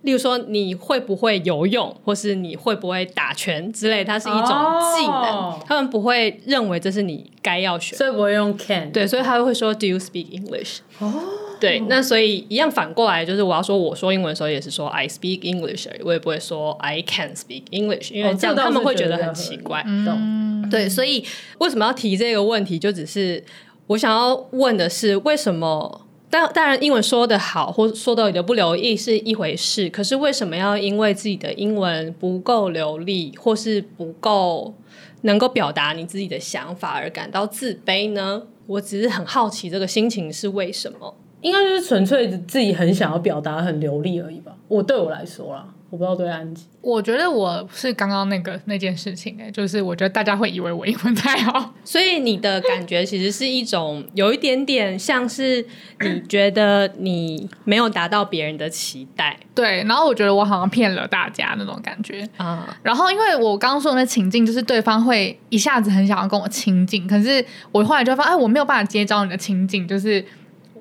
Speaker 5: 例如说，你会不会游泳，或是你会不会打拳之类，它是一种技能
Speaker 4: 哦
Speaker 5: 他们不会认为这是你该要学的
Speaker 4: 所以不会用 Can。，
Speaker 5: 对，所以他会说 Do you speak English？哦，对，那所以一样反过来，就是我要说我说英文的时候也是说 I speak English，而已我也不会说 I can speak English，因为
Speaker 4: 哦
Speaker 5: 这样
Speaker 4: 这倒
Speaker 5: 他们
Speaker 4: 是
Speaker 5: 会
Speaker 4: 觉
Speaker 5: 觉
Speaker 4: 得嗯
Speaker 5: 得很
Speaker 4: 合
Speaker 5: 奇
Speaker 4: 理
Speaker 5: 怪。
Speaker 4: 懂。
Speaker 5: 对，所以为什么要提这个问题？就只是我想要问的是，为什么？当当然，英文说的好或说的有不留意是一回事，可是为什么要因为自己的英文不够流利，或是不够能够表达你自己的想法而感到自卑呢？我只是很好奇这个心情是为什么。
Speaker 4: 应该就是纯粹自己很想要表达很流利而已吧。我对我来说啦，我不知道对安吉。
Speaker 2: 我觉得我是刚刚那个那件事情、哎，就是我觉得大家会以为我英文太好，
Speaker 5: 所以你的感觉其实是一种有一点点像是你觉得你没有达到别人的期待
Speaker 2: 对，然后我觉得我好像骗了大家那种感觉。
Speaker 5: 啊。
Speaker 2: 然后，因为我刚刚说的那情境，就是对方会一下子很想要跟我亲近，可是我后来就发现，哎，我没有办法接招你的亲近，就是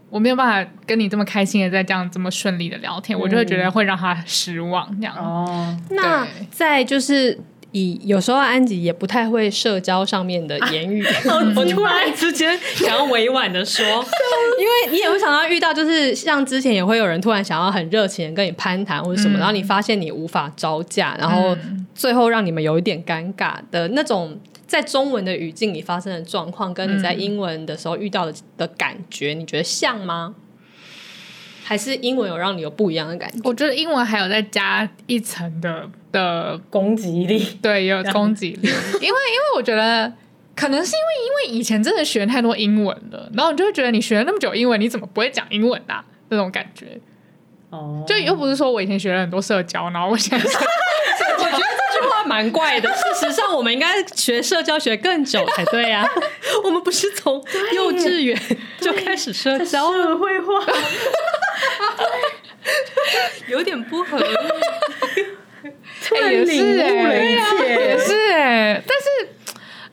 Speaker 2: 我没有办法跟你这么开心的在这样这么顺利的聊天，我就会觉得会让他失望这样。
Speaker 4: 哦，
Speaker 5: 那
Speaker 2: 对
Speaker 5: 在就是以有时候安吉也不太会社交上面的言 语，
Speaker 4: 我突 然之间
Speaker 5: 想要委婉的说，因为你也会想到遇到，就是像之前也会有人突然想要很热情的跟你攀谈或者什么，
Speaker 2: 嗯
Speaker 5: 然后你发现你无法招架，然后最后让你们有一点尴尬的那种。在中文的语境里发生的状况，跟你在英文的时候遇到的的感觉，你觉得像吗？还是英文有让你有不一样的感觉？
Speaker 2: 我觉得英文还有再加一层的的
Speaker 4: 攻击力，
Speaker 2: 对，有攻击力，因为因为我觉得。可能是因为因为以前真的学太多英文了，然后你就会觉得你学了那么久英文，你怎么不会讲英文啊？那种感觉，
Speaker 4: 哦，
Speaker 2: 就又不是说我以前学了很多社交，然后我现在是
Speaker 5: 我觉得 这句话蛮怪的。事实上，我们应该学社交学更久才对 啊。我们不是从幼稚园就开始社
Speaker 4: 这
Speaker 5: 交，
Speaker 4: 社会化。
Speaker 5: 有点不合。？
Speaker 4: 突然
Speaker 2: 哎也是
Speaker 4: 领悟了一
Speaker 2: 哎
Speaker 4: 切，
Speaker 2: 也是哎、但是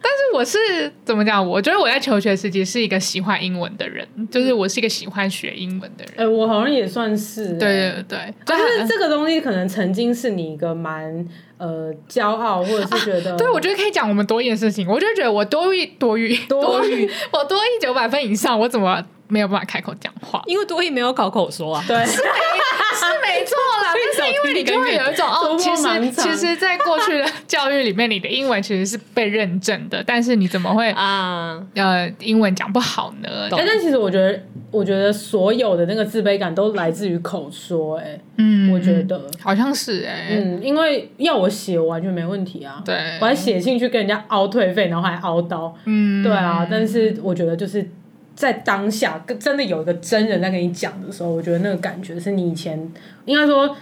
Speaker 2: 但是我是怎么讲？我觉得我在求学时期是一个喜欢英文的人，就是我是一个喜欢学英文的人。
Speaker 4: 哎、我好像也算是、
Speaker 2: 对对嗯对，
Speaker 4: 可
Speaker 2: 就是嗯
Speaker 4: 这个东西可能曾经是你一个蛮呃骄傲，或者是觉得、
Speaker 2: 嗯对，我觉得可以讲我们多一的事情。我就觉得我多一多语
Speaker 4: 多语，
Speaker 2: 我多一九百分以上，我怎么没有办法开口讲话
Speaker 5: 因为多益没有考口说啊，
Speaker 4: 对，
Speaker 2: 是没错 啦，但是因为你就会有一
Speaker 4: 周
Speaker 2: 种哦，
Speaker 4: 末
Speaker 2: 其
Speaker 4: 盲
Speaker 2: 实
Speaker 4: 肠
Speaker 2: 其实，在过去的教育里面，你的英文其实是被认证的，但是你怎么 会
Speaker 5: 啊，
Speaker 2: 呃英文讲不好呢？
Speaker 5: 懂
Speaker 4: 哎但其实我觉得，我觉得所有的那个自卑感都来自于口说、哎、
Speaker 2: 嗯
Speaker 4: 我觉得，
Speaker 2: 好像是哎，
Speaker 4: 嗯，因为要我写，我完全没问题啊，，
Speaker 2: 对
Speaker 4: 我，还写信去跟人家凹退费，然后还凹刀，
Speaker 2: 嗯
Speaker 4: 对啊，但是我觉得就是在当下，跟真的有一个真人在跟你讲的时候，我觉得那个感觉是你以前应该说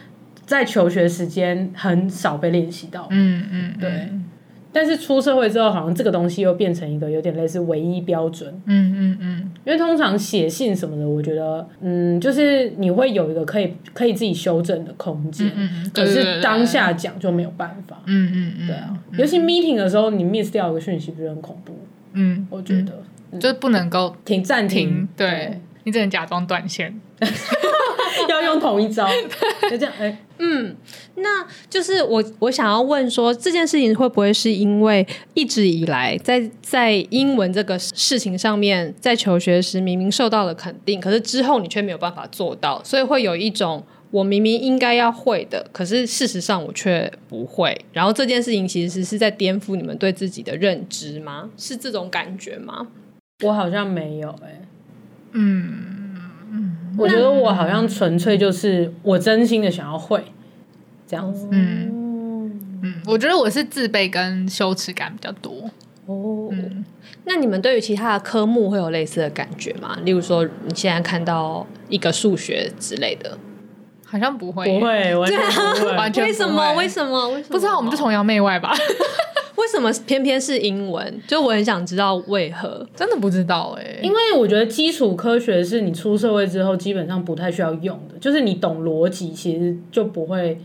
Speaker 4: 在求学时间很少被练习到，
Speaker 2: 嗯嗯
Speaker 4: 对。但是出社会之后，好像这个东西又变成一个有点类似唯一标准，
Speaker 2: 嗯嗯嗯，
Speaker 4: 因为通常写信什么的，我觉得，嗯，就是你会有一个可以可以自己修正的空间，
Speaker 2: 嗯
Speaker 4: 可
Speaker 2: 对对
Speaker 4: 是
Speaker 2: 对对
Speaker 4: 当下讲就没有办法。
Speaker 2: 嗯嗯嗯，
Speaker 4: 对啊，尤其 meeting 的时候，你 miss 掉一个讯息，不是很恐怖？
Speaker 2: 嗯，
Speaker 4: 我觉得
Speaker 2: 就是不能够
Speaker 4: 停暂
Speaker 2: 停
Speaker 4: 停，，
Speaker 2: 对你只能假装断线。
Speaker 4: 要用同一招， 就这样，哎、
Speaker 5: 嗯，那就是我我想要问说，这件事情会不会是因为一直以来在在英文这个事情上面，在求学时明明受到了肯定，可是之后你却没有办法做到，所以会有一种我明明应该要会的，可是事实上我却不会。然后这件事情其实是在颠覆你们对自己的认知吗？是这种感觉吗？
Speaker 4: 我好像没有、哎，
Speaker 2: 嗯，
Speaker 4: 我觉得我好像纯粹就是我真心的想要会这样子，
Speaker 2: 嗯，嗯，我觉得我是自卑跟羞耻感比较多。
Speaker 5: 哦，那你们对于其他的科目会有类似的感觉吗？例如说，你现在看到一个数学之类的，
Speaker 2: 好像不会，
Speaker 4: 不，会， 完全不会，
Speaker 2: 完全不会
Speaker 5: 为什么？为什么？为什么？
Speaker 2: 不知道，我们就崇洋媚外吧？
Speaker 5: 为什么偏偏是英文？就我很想知道为何。
Speaker 2: 真的不知道哎、
Speaker 4: 因为我觉得基础科学是你出社会之后基本上不太需要用的，就是你懂逻辑，其实就不会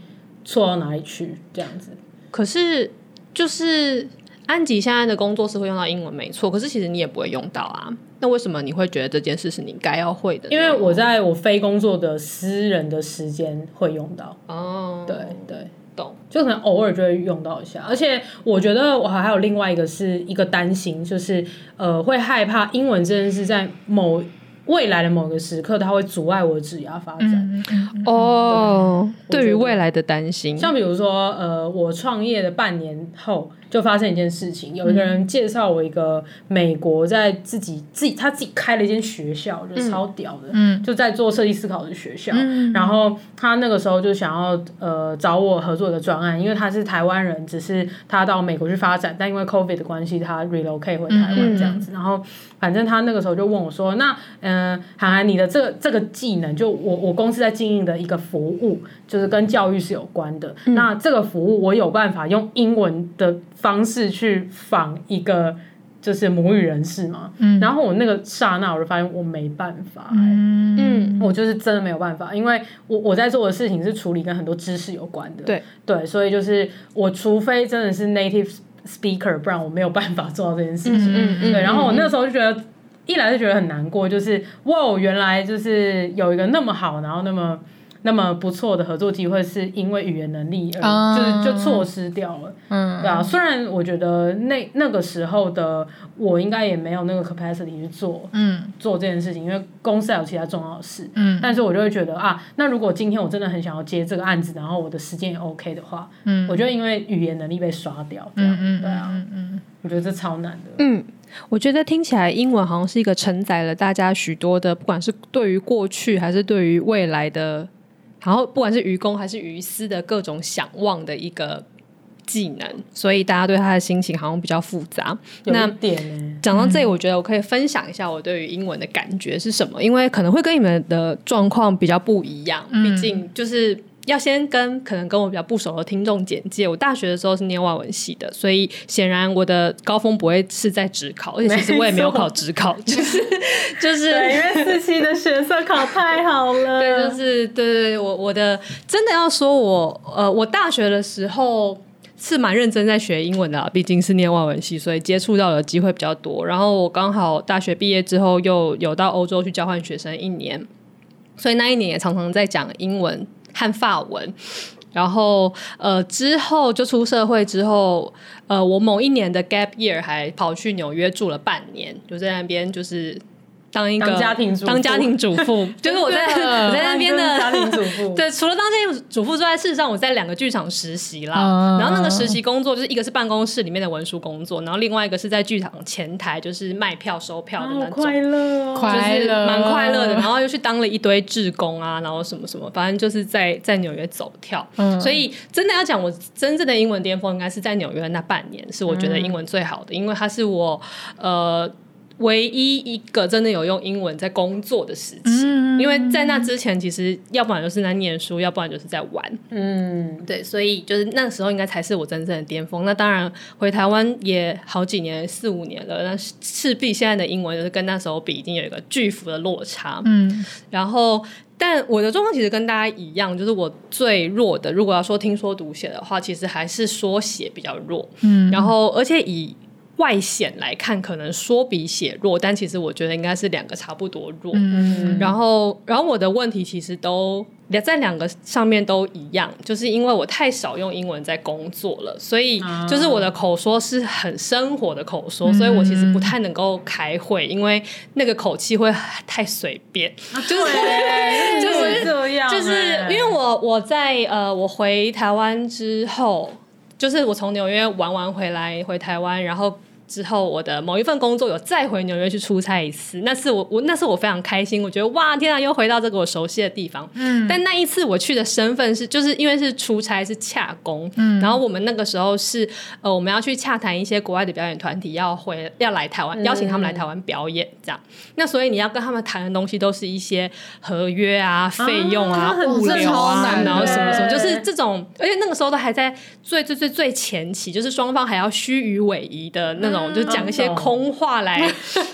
Speaker 4: 错到哪里去这样子。
Speaker 5: 可是就是安吉现在的工作是会用到英文，没错。可是其实你也不会用到啊。那为什么你会觉得这件事是你该要会的呢？
Speaker 4: 因为我在我非工作的私人的时间会用到，
Speaker 5: 哦，
Speaker 4: 对对，
Speaker 5: 懂。
Speaker 4: 就可能偶尔就会用到一下。而且我觉得我还还有另外一个是一个担心，就是呃会害怕英文真的是在某未来的某个时刻，它会阻碍我的职业发展。
Speaker 2: 嗯嗯
Speaker 5: 哦，
Speaker 4: 对我觉得
Speaker 5: 来的担心
Speaker 4: 像比如说，呃，我创业的半年后就发生一件事情，有一个人介绍我一个美国在自己自己他自己开了一间学校，我觉得超屌的，
Speaker 2: 嗯
Speaker 4: 就在做设计思考的学校。
Speaker 2: 嗯
Speaker 4: 然后他那个时候就想要呃找我合作一个专案，因为他是台湾人，只是他到美国去发展，但因为 COVID 的关系，他 relocate 回台
Speaker 2: 嗯
Speaker 4: 湾这样子。然后反正他那个时候就问我说：“那嗯，涵涵，你的这个这个技能，就我我公司在经营的一个服务，就是跟教育是有关的。
Speaker 2: 嗯
Speaker 4: 那这个服务我有办法用英文的方式去仿一个就是母语人士吗？
Speaker 2: 嗯
Speaker 4: 然后我那个刹那，我就发现我没办法、欸
Speaker 2: 嗯
Speaker 5: 嗯，
Speaker 4: 我就是真的没有办法，因为我我在做的事情是处理跟很多知识有关的，
Speaker 5: 对
Speaker 4: 对，所以就是我除非真的是 native speaker，不然我没有办法做到这件事情。
Speaker 5: 嗯嗯
Speaker 4: 对，然后我那时候就觉得，哦一来是觉得很难过，就是哇，原来就是有一个那么好，然后那么那么不错的合作机会，是因为语言能力而
Speaker 2: 啊
Speaker 4: 就是就错失掉了。
Speaker 2: 嗯
Speaker 4: 对啊，虽然我觉得那那个时候的我应该也没有那个 capacity 去做
Speaker 2: 嗯
Speaker 4: 做这件事情，因为公司还有其他重要的事。
Speaker 2: 嗯
Speaker 4: 但是我就会觉得啊，那如果今天我真的很想要接这个案子，然后我的时间也 OK 的话，
Speaker 2: 嗯
Speaker 4: 我就因为语言能力被刷掉，这样，
Speaker 2: 嗯嗯
Speaker 4: 对啊，
Speaker 2: 嗯嗯
Speaker 4: 我觉得这超难的。
Speaker 5: 嗯，我觉得听起来英文好像是一个承载了大家许多的，不管是对于过去还是对于未来的，然后不管是愚公还是愚私的各种想望的一个技能，所以大家对他的心情好像比较复杂。
Speaker 4: 有
Speaker 5: 那
Speaker 4: 一点呢、
Speaker 5: 讲到这里，我觉得我可以分享一下我对于英文的感觉是什么，因为可能会跟你们的状况比较不一样，
Speaker 2: 嗯
Speaker 5: 毕竟就是。要先跟可能跟我比较不熟的听众简介，我大学的时候是念外文系的，所以显然我的高峰不会是在职考，而且其实我也没有考职考，就是就是
Speaker 4: 对，因为四期的学测考太好了，
Speaker 5: 对，就是对对对，我我的真的要说我呃，我大学的时候是蛮认真在学英文的、啊，毕竟是念外文系，所以接触到的机会比较多。然后我刚好大学毕业之后又有到欧洲去交换学生一年，所以那一年也常常在讲英文和法文。然后，呃，之后就出社会之后，呃，我某一年的 gap year 还跑去纽约住了半年，就在那边就是当一个
Speaker 4: 当家庭主妇
Speaker 5: 当家庭主 妇，就是我在我在那边
Speaker 4: 家庭
Speaker 5: 的。
Speaker 4: 主 妇，
Speaker 5: 对，除了当家庭主妇之外，事实上我在两个剧场实习啦。
Speaker 2: 嗯
Speaker 5: 然后那个实习工作就是一个是办公室里面的文书工作，然后另外一个是在剧场前台，就是卖票收票
Speaker 4: 啊，
Speaker 5: 的
Speaker 4: 好
Speaker 5: 那种。
Speaker 4: 快乐、哦，
Speaker 2: 快
Speaker 5: 就是
Speaker 2: 乐
Speaker 5: 蛮快乐的。然后又去当了一堆志工啊，然后什么什么，反正就是在在纽约走跳。
Speaker 2: 嗯
Speaker 5: 所以真的要讲，我真正的英文巅峰应该是在纽约那半年，是我觉
Speaker 4: 嗯
Speaker 5: 得英文最好的，因为它是我呃唯一一个真的有用英文在工作的时期。
Speaker 2: 嗯
Speaker 5: 因为在那之前，其实要不然就是在念书，要不然就是在玩。
Speaker 4: 嗯，
Speaker 5: 对，所以就是那时候应该才是我真正的巅峰。那当然回台湾也好几年，四五年了，那势必现在的英文就是跟那时候比，已经有一个巨幅的落差。
Speaker 2: 嗯
Speaker 5: 然后，但我的状况其实跟大家一样，就是我最弱的，如果要说听说读写的话，其实还是说写比较弱。
Speaker 2: 嗯，
Speaker 5: 然后，而且以外显来看，可能说比写弱，但其实我觉得应该是两个差不多弱。
Speaker 2: 嗯
Speaker 5: 然后，然后我的问题其实都在两个上面都一样，就是因为我太少用英文在工作了，所以
Speaker 4: 啊
Speaker 5: 就是我的口说是很生活的口说，所以我其实不太能够开会，因为那个口气会太随便。
Speaker 4: 就是就是这样、欸
Speaker 5: 就是因为我我在呃，我回台湾之后，就是我从纽约玩完回来回台湾，然后。之后，我的某一份工作有再回纽约去出差一次，那是我我那是我非常开心，我觉得哇天啊，又回到这个我熟悉的地方。嗯，但那一次我去的身份是，就是因为是出差是洽工，嗯，然后我们那个时候是呃我们要去洽谈一些国外的表演团体要回要来台湾，邀请他们来台湾表演这样。那所以你要跟他们谈的东西都是一些合约啊、费用啊、
Speaker 4: 很
Speaker 5: 物流
Speaker 2: 正
Speaker 5: 啊
Speaker 2: 常，
Speaker 5: 然后什么什么，就
Speaker 4: 对
Speaker 5: 是这种，而且那个时候都还在最最最最前期，就是双方还要虚与委蛇的那种，就讲一些
Speaker 4: 嗯懂
Speaker 5: 空话 来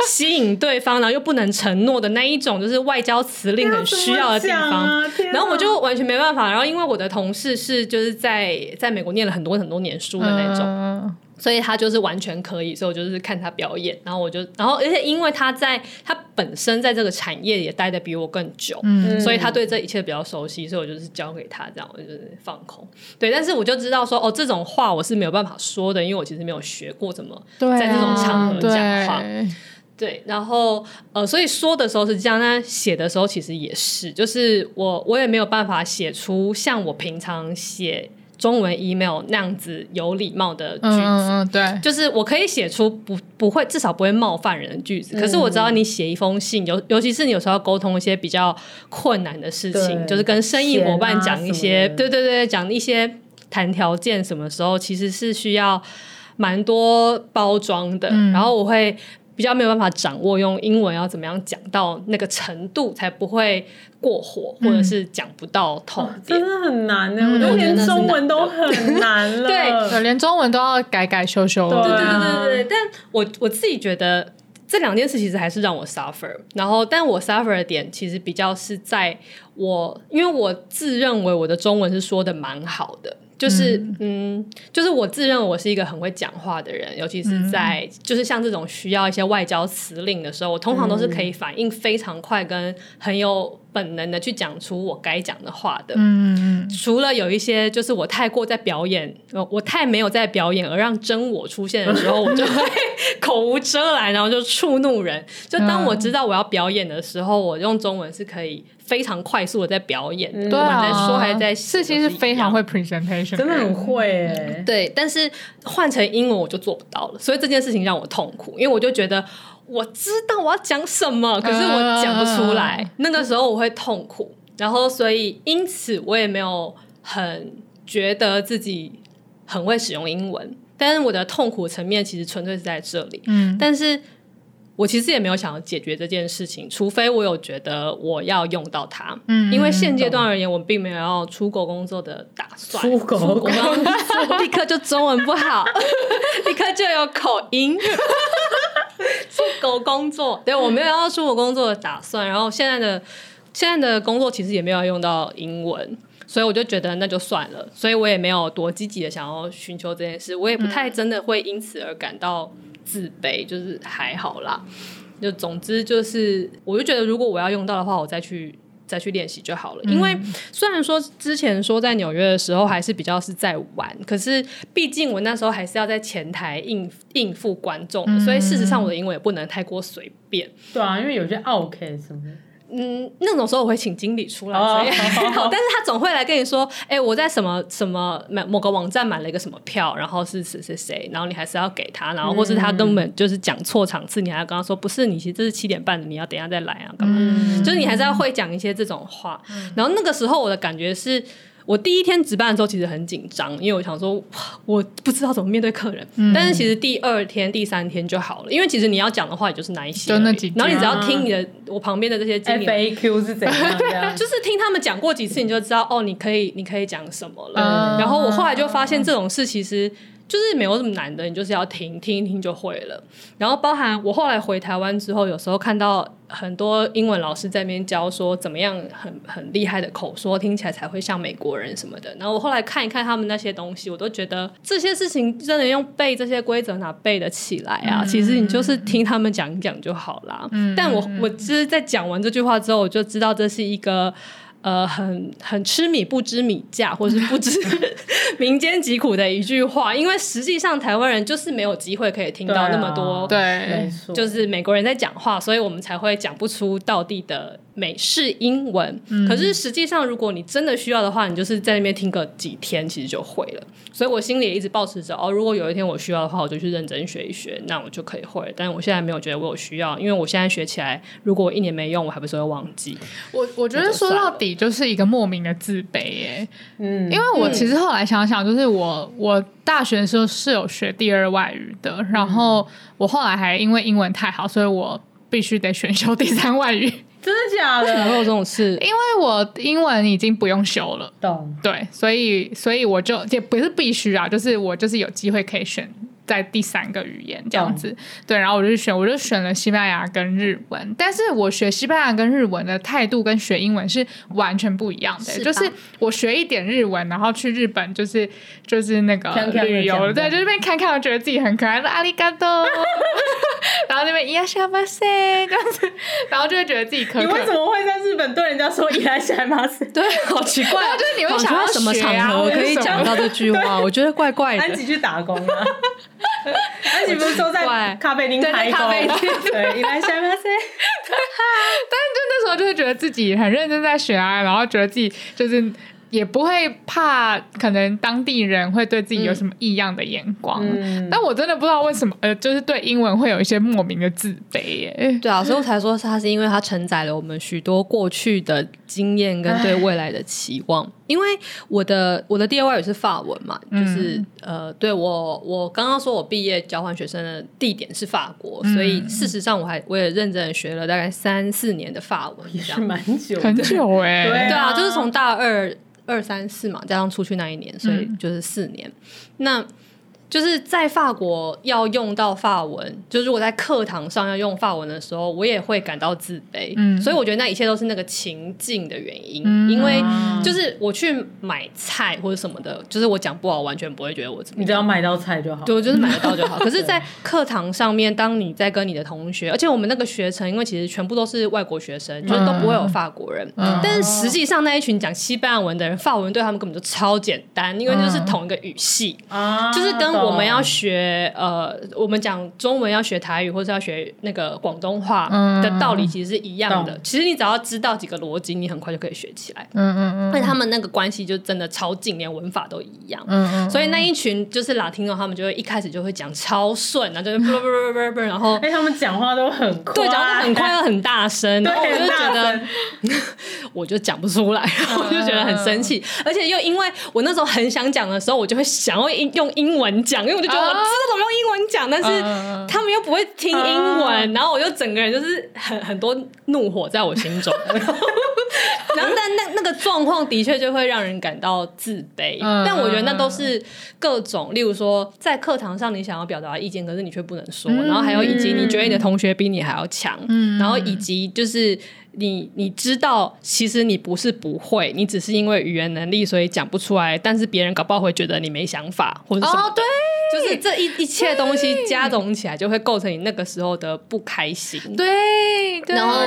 Speaker 5: 吸引对方，然后又不能承诺的那一种，就是外交辞
Speaker 4: 啊
Speaker 5: 令很需要的地方。然后我就完全没办法，然后因为我的同事是就是在在美国念了很多很多年书的那
Speaker 4: 嗯
Speaker 5: 种，
Speaker 2: 种，
Speaker 5: 所以他就是完全可以，所以我就是看他表演，然后我就，然后而且因为他在他本身在这个产业也待的比我更久，
Speaker 2: 嗯
Speaker 5: 所以他对这一切比较熟悉，所以我就是交给他，这样我就是放空，对，但是我就知道说，哦，这种话我是没有办法说的，因为我其实没有学过怎么
Speaker 2: 对啊，
Speaker 5: 在这种场合讲话
Speaker 2: 对嗯
Speaker 5: 对，然后呃，所以说的时候是这样，那写的时候其实也是，就是我我也没有办法写出像我平常写中文 email 那样子有礼貌的句子。
Speaker 2: 嗯嗯嗯，对，
Speaker 5: 就是我可以写出不不会至少不会冒犯人的句子，可是我知
Speaker 4: 嗯
Speaker 5: 道你写一封信，尤尤其是你有时候要沟通一些比较困难的事情，
Speaker 4: 对
Speaker 5: 就是跟生意伙伴
Speaker 4: 钱啊
Speaker 5: 讲一些，
Speaker 4: 什么的
Speaker 5: 对对对，讲一些谈条件，什么时候其实是需要蛮多包装的，
Speaker 2: 嗯
Speaker 5: 然后我会。比较没有办法掌握用英文要怎么样讲到那个程度，才不会过火，或
Speaker 4: 嗯
Speaker 5: 者是讲不到痛点
Speaker 4: 真。的很难呢、
Speaker 2: 嗯
Speaker 4: 我觉得连中文都很难 了。
Speaker 5: 对
Speaker 2: 对，连中文都要改改修修，
Speaker 4: 对
Speaker 5: 对
Speaker 4: 啊
Speaker 5: 对对对，但我我自己觉得这两件事其实还是让我 suffer。然后，但我 suffer 的点其实比较是在我，因为我自认为我的中文是说的蛮好的。就是嗯就是我自认我是一个很会讲话的人，尤其是在、就是像这种需要一些外交辞令的时候，我通常都是可以反应非常快跟很有本能的去讲出我该讲的话的。
Speaker 2: 嗯，
Speaker 5: 除了有一些就是我太过在表演，呃我太没有在表演，而让真我出现的时候，我就会口无遮拦，然后就触怒人。就当
Speaker 2: 嗯
Speaker 5: 我知道我要表演的时候，我用中文是可以非常快速的在表演的，
Speaker 2: 对
Speaker 5: 不
Speaker 2: 啊，
Speaker 5: 管在说还是在
Speaker 2: 事
Speaker 5: 写
Speaker 2: 情
Speaker 5: 都
Speaker 2: 是
Speaker 5: 一样
Speaker 2: 非常会 presentation，
Speaker 4: 嗯真的
Speaker 2: 人
Speaker 4: 很会哎、
Speaker 5: 对，但是换成英文我就做不到了，所以这件事情让我痛苦，因为我就觉得我知道我要讲什么，可是我讲不出来，
Speaker 2: 嗯
Speaker 5: 那个时候我会痛苦，然后所以因此我也没有很觉得自己很会使用英文，但是我的痛苦层面其实纯粹是在这里，
Speaker 2: 嗯，
Speaker 5: 但是。我其实也没有想要解决这件事情，除非我有觉得我要用到它，
Speaker 2: 嗯
Speaker 5: 因为现阶段而言，我并没有要出国工作的打算。
Speaker 4: 出国
Speaker 5: 出国工作 立刻就中文不好， 立刻就有口音。 出国工作，对我没有要出国工作的打算。然后现在的现在的工作其实也没有用到英文，所以我就觉得那就算了。所以我也没有多积极的想要寻求这件事，我也不太真的会因此而感到自卑，就是还好啦。就总之就是，我就觉得如果我要用到的话，我再去再去练习就好了。因为虽然说之前说在纽约的时候还是比较是在玩，可是毕竟我那时候还是要在前台应应付观众的，所以事实上我的英文也不能太过随便。
Speaker 4: 对啊，因为有些 OK 什么的，
Speaker 5: 嗯，那种时候我会请经理出来，
Speaker 4: 哦
Speaker 5: 所以还好。但是他总会来跟你说，哎、我在什么什么买某个网站买了一个什么票，然后是谁谁谁，然后你还是要给他，然后或是他根本就是讲错场次，你还要跟他说，不是，你其实这是七点半的，你要等一下再来
Speaker 2: 嗯
Speaker 5: 啊，干嘛？就是你还是要会讲一些这种话。然后那个时候我的感觉是。我第一天值班的时候其实很紧张，因为我想说哇我不知道怎么面对客人。
Speaker 2: 嗯
Speaker 5: 但是其实第二天、第三天就好了，因为其实你要讲的话也就是那一些而已，
Speaker 2: 就那几嗯
Speaker 5: 然后你只
Speaker 2: 件
Speaker 5: 要听你的我旁边的这些经理
Speaker 4: FAQ 是怎 样啊的？
Speaker 5: 就是听他们讲过几次，你就知道哦，你可以你可以讲什么了。
Speaker 2: 嗯
Speaker 5: 然后我后来就发现这种事其实就是没有什么难的，你就是要听听一听就会了。然后包含我后来回台湾之后，有时候看到很多英文老师在那边教说怎么样很很厉害的口说，听起来才会像美国人什么的。然后我后来看一看他们那些东西，我都觉得这些事情真的用背这些规则哪背得起来啊？其实你就是听他们讲一讲就好啦。但我我就是在讲完这句话之后，我就知道这是一个。呃，很很吃米不知米价，或是不知 民间疾苦的一句话，因为实际上台湾人就是没有机会可以听到那么多，
Speaker 4: 对啊
Speaker 2: 对
Speaker 4: 没，错，
Speaker 5: 就是美国人在讲话，所以我们才会讲不出道地的美式英文。
Speaker 2: 嗯
Speaker 5: 可是实际上，如果你真的需要的话，你就是在那边听个几天，其实就会了。所以我心里也一直保持着，哦，如果有一天我需要的话，我就去认真学一学，那我就可以会了。但是我现在没有觉得我有需要，因为我现在学起来，如果我一年没用，我还不是会忘 记。
Speaker 2: 我我觉得说到底就是一个莫名的自卑耶、
Speaker 4: 嗯
Speaker 2: 因为我其实后来想想，就是我我大学的时候是有学第二外语的，然
Speaker 5: 嗯
Speaker 2: 后我后来还因为英文太好，所以我必须得选修第三外语， 因
Speaker 4: 真的
Speaker 5: 哪
Speaker 4: 假
Speaker 5: 会有这
Speaker 4: 的？
Speaker 5: 种事？
Speaker 2: 为我英文已经不用修了。
Speaker 4: 懂
Speaker 2: 对，所以所以我就也不是必须啊，就是我就是有机会可以选在第三个语言这
Speaker 5: 嗯
Speaker 2: 样子。对，然后我就选，我就选了西班牙跟日文，但是我学西班牙跟日文的态度跟学英文是完全不一样的，
Speaker 5: 是吧
Speaker 2: 就是我学一点日文，然后去日本就是就是那个
Speaker 4: 看看
Speaker 2: 旅游
Speaker 4: 的讲
Speaker 2: 对，
Speaker 4: 的
Speaker 2: 就是边看看，我觉得自己很可爱，说阿里嘎多， 然后那边伊亚沙巴塞这样子，然后就会觉得自己可可
Speaker 4: 你为什么会在日本对人家说伊来西马斯？
Speaker 5: 对，好奇怪
Speaker 2: 对
Speaker 5: 哦，
Speaker 2: 啊 就是你会
Speaker 5: 好
Speaker 2: 想要
Speaker 5: 奇怪什么
Speaker 2: 学啊
Speaker 5: 场合
Speaker 2: 为
Speaker 5: 可以
Speaker 2: 什么
Speaker 5: 讲到这句 话？我觉得怪怪
Speaker 4: 安
Speaker 5: 的。
Speaker 4: 吉去打工 啊。安吉不是说在
Speaker 5: 怪
Speaker 4: 咖啡厅
Speaker 5: 对
Speaker 4: 开
Speaker 5: 在咖啡
Speaker 4: 工？对，伊来西马斯。
Speaker 2: 就那时候就会觉得自己很认真在学啊，然后觉得自己就是也不会怕，可能当地人会对自己有什么异样的眼光。
Speaker 4: 嗯，
Speaker 2: 但我真的不知道为什么，呃，就是对英文会有一些莫名的自卑耶。
Speaker 5: 对啊，所以我才说它是因为它承载了我们许多过去的经验跟对未来的期望。因为我的我的第二外语是法文嘛，就是、呃，对我我刚刚说我毕业交换学生的地点是法国，所以事实上我还我也认真的学了大概三四年的法文，
Speaker 4: 也
Speaker 5: 这
Speaker 4: 是
Speaker 5: 样
Speaker 4: 蛮久
Speaker 2: 很
Speaker 4: 的。
Speaker 2: 久哎、
Speaker 4: 对
Speaker 5: 对
Speaker 4: 啊
Speaker 5: 啊，就是
Speaker 4: 嗯
Speaker 5: 从大二二三四嘛，加上出去那一年，所以就是四年。那就是在法国要用到法文，就如果在课堂上要用法文的时候，我也会感到自卑。
Speaker 2: 嗯
Speaker 5: 所以我觉得那一切都是那个情境的原因，
Speaker 2: 嗯
Speaker 5: 因为就是我去买菜或者什么的，就是我讲不好，完全不会觉得我怎么
Speaker 4: 你
Speaker 5: 样。
Speaker 4: 只要买到菜就好。
Speaker 5: 对，我就是买得到就 好。可是，在课堂上面，当你在跟你的同学，而且我们那个学程，因为其实全部都是外国学生，就是都不会有法国人。
Speaker 2: 嗯
Speaker 5: 但是实际上，那一群讲西班牙文的人，法文对他们根本就超简单，因为就是同一个语系，
Speaker 4: 啊，
Speaker 5: 就是跟我们要
Speaker 4: 懂
Speaker 5: 学呃，我们讲中文要学台语，或是要学那个广东话
Speaker 2: 嗯
Speaker 5: 的道理，其实是一样的
Speaker 4: 懂。
Speaker 5: 其实你只要知道几个逻辑，你很快就可以学起来。
Speaker 2: 嗯嗯嗯
Speaker 5: 但他们那个关系就真的超近，连文法都一样。
Speaker 2: 嗯嗯，
Speaker 5: 所以那一群就是 Latino，他们就会一开始就会讲超顺， 然后就是啵啵啵啵啵啵，然后
Speaker 4: 哎、他们讲话都很快，哦啊
Speaker 5: 对，讲话很快又很大声，然后我
Speaker 4: 对，
Speaker 5: 就觉
Speaker 4: 很大
Speaker 5: 得
Speaker 4: 声 嗯
Speaker 5: 我就讲不出来，然后我就觉得很生气，而且又因为我那时候很想讲的时候，我就会想要英用英文讲，因为我就觉得我
Speaker 2: 啊
Speaker 5: 知道怎么用英文讲，但是
Speaker 2: 嗯嗯嗯
Speaker 5: 他们又不会听英文，然后我就整个人就是很很多怒火在我心中。然后然后，但那那个状况的确就会让人感到自卑，
Speaker 2: 嗯
Speaker 5: 但我觉得那都是各种，例如说在课堂上你想要表达的意见，可是你却不能说，然后还有以及你觉得你的同学比你还要强，然后以及就是你你知道其实你不是不会，你只是因为语言能力所以讲不出来，但是别人搞不好会觉得你没想法或者什么的。
Speaker 2: 哦对。
Speaker 5: 就是这一一切东西加总起来，就会构成你那个时候的不开心。
Speaker 2: 对，对
Speaker 5: 然后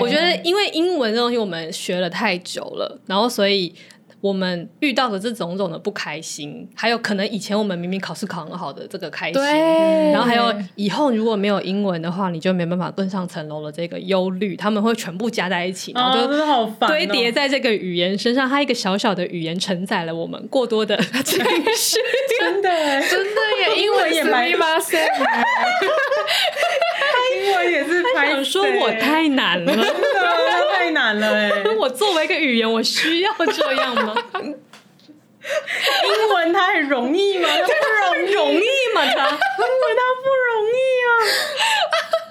Speaker 5: 我觉得，因为英文这东西我们学了太久了，然后所以我们遇到的这种种的不开心，还有可能以前我们明明考试考很好的这个开心，
Speaker 2: 对，
Speaker 5: 嗯然后还有以后如果没有英文的话，你就没办法更上层楼的这个忧虑，他们会全部加在一起，然
Speaker 4: 啊，
Speaker 5: 后
Speaker 4: 真
Speaker 5: 就。
Speaker 4: 的好烦、
Speaker 5: 堆
Speaker 2: 哦
Speaker 5: 叠。在这个语言身上，它一个小小的语言承载了我们过多的 情绪。
Speaker 4: 真的欸，
Speaker 2: 真的耶，英文
Speaker 4: 也
Speaker 2: 是
Speaker 4: 蛮
Speaker 2: 密码塞，
Speaker 4: 英文也是拍
Speaker 5: 想说我太难了，
Speaker 4: 真的太难了哎、
Speaker 5: 我作为一个语言，我需要这样 吗？
Speaker 4: 英文它很容 易吗？它不容易，
Speaker 5: 容易吗？它
Speaker 4: 英文它不容易啊。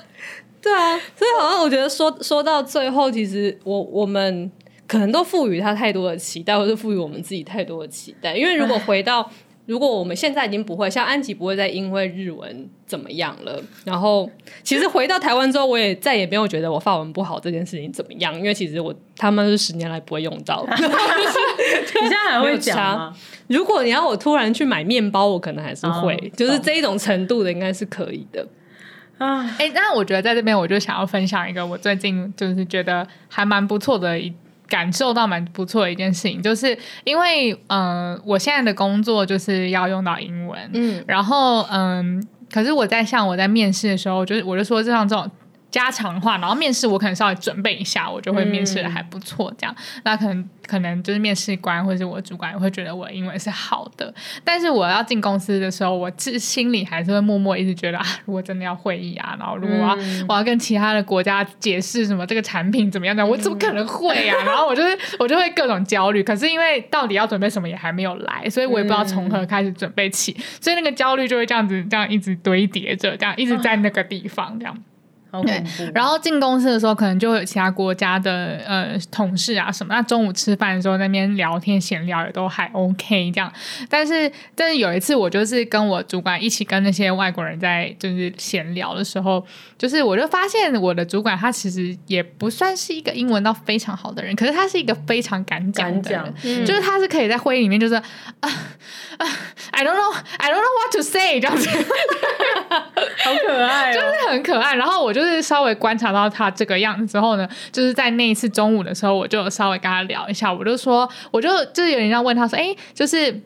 Speaker 5: 对啊，所以好像我觉得说说到最后，其实我我们可能都赋予他太多的期待，或是赋予我们自己太多的期待。因为如果回到，如果我们现在已经不会像安吉不会再因为日文怎么样了，然后其实回到台湾之后，我也再也没有觉得我法文不好这件事情怎么样，因为其实我他们是十年来不会用 到。
Speaker 4: 你现在还会讲吗？
Speaker 5: 如果你要我突然去买面包，我可能还是会，
Speaker 4: 哦
Speaker 5: 就是这一种程度的应该是可以的。
Speaker 4: 啊，
Speaker 2: 哎、但我觉得在这边，我就想要分享一个我最近就是觉得还蛮不错的一。感受到蛮不错的一件事情，就是因为嗯、呃我现在的工作就是要用到英文，
Speaker 5: 嗯，
Speaker 2: 然后嗯，可是我在像我在面试的时候，就是我就说这像这种。家常话，然后面试我可能稍微准备一下，我就会面试的还不错，这样。那可能可能就是面试官或者是我的主管也会觉得我的英文是好的，但是我要进公司的时候，我自心里还是会默默一直觉得啊，如果真的要会议啊，然后如果我要、我要跟其他的国家解释什么这个产品怎么样的，我怎么可能会啊？然后我就是我就会各种焦虑。可是因为到底要准备什么也还没有来，所以我也不知道从何开始准备起，所以那个焦虑就会这样子这样一直堆叠着，这样一直在那个地方这样。
Speaker 4: 好恐怖。
Speaker 2: 然后进公司的时候，可能就会有其他国家的呃同事啊什么。那中午吃饭的时候，那边聊天闲聊也都还 OK 这样。但是，但是有一次我就是跟我主管一起跟那些外国人在就是闲聊的时候，就是我就发现我的主管他其实也不算是一个英文到非常好的人，可是他是一个非常敢讲
Speaker 4: 敢
Speaker 2: 的人
Speaker 4: 讲，
Speaker 2: 就是他是可以在会议里面就是啊啊，I don't know, I don't know what to say 这样子。
Speaker 4: 好可爱哦、
Speaker 2: 就是很可爱。然后我就是稍微观察到他这个样子之后呢，就是在那一次中午的时候，我就有稍微跟他聊一下，我就说，我就就是有点要问他说，哎，就是。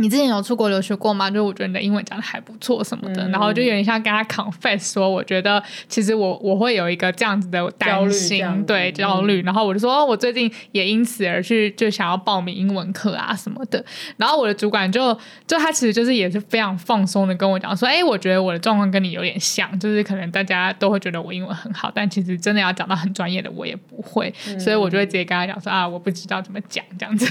Speaker 2: 你之前有出国留学过吗？就是我觉得你的英文讲的还不错什么的，然后就有点像跟他 confess 说，我觉得其实我我会有一个这样子的
Speaker 4: 焦
Speaker 2: 担
Speaker 4: 虑
Speaker 2: 心
Speaker 4: 这样，子嗯
Speaker 2: 对焦虑。然后我就说，哦我最近也因此而去就想要报名英文课啊什么的。然后我的主管就就他其实就是也是非常放松的跟我讲说，哎，我觉得我的状况跟你有点像，就是可能大家都会觉得我英文很好，但其实真的要讲到很专业的我也不会，
Speaker 4: 嗯
Speaker 2: 所以我就会直接跟他讲说啊，我不知道怎么讲这样子。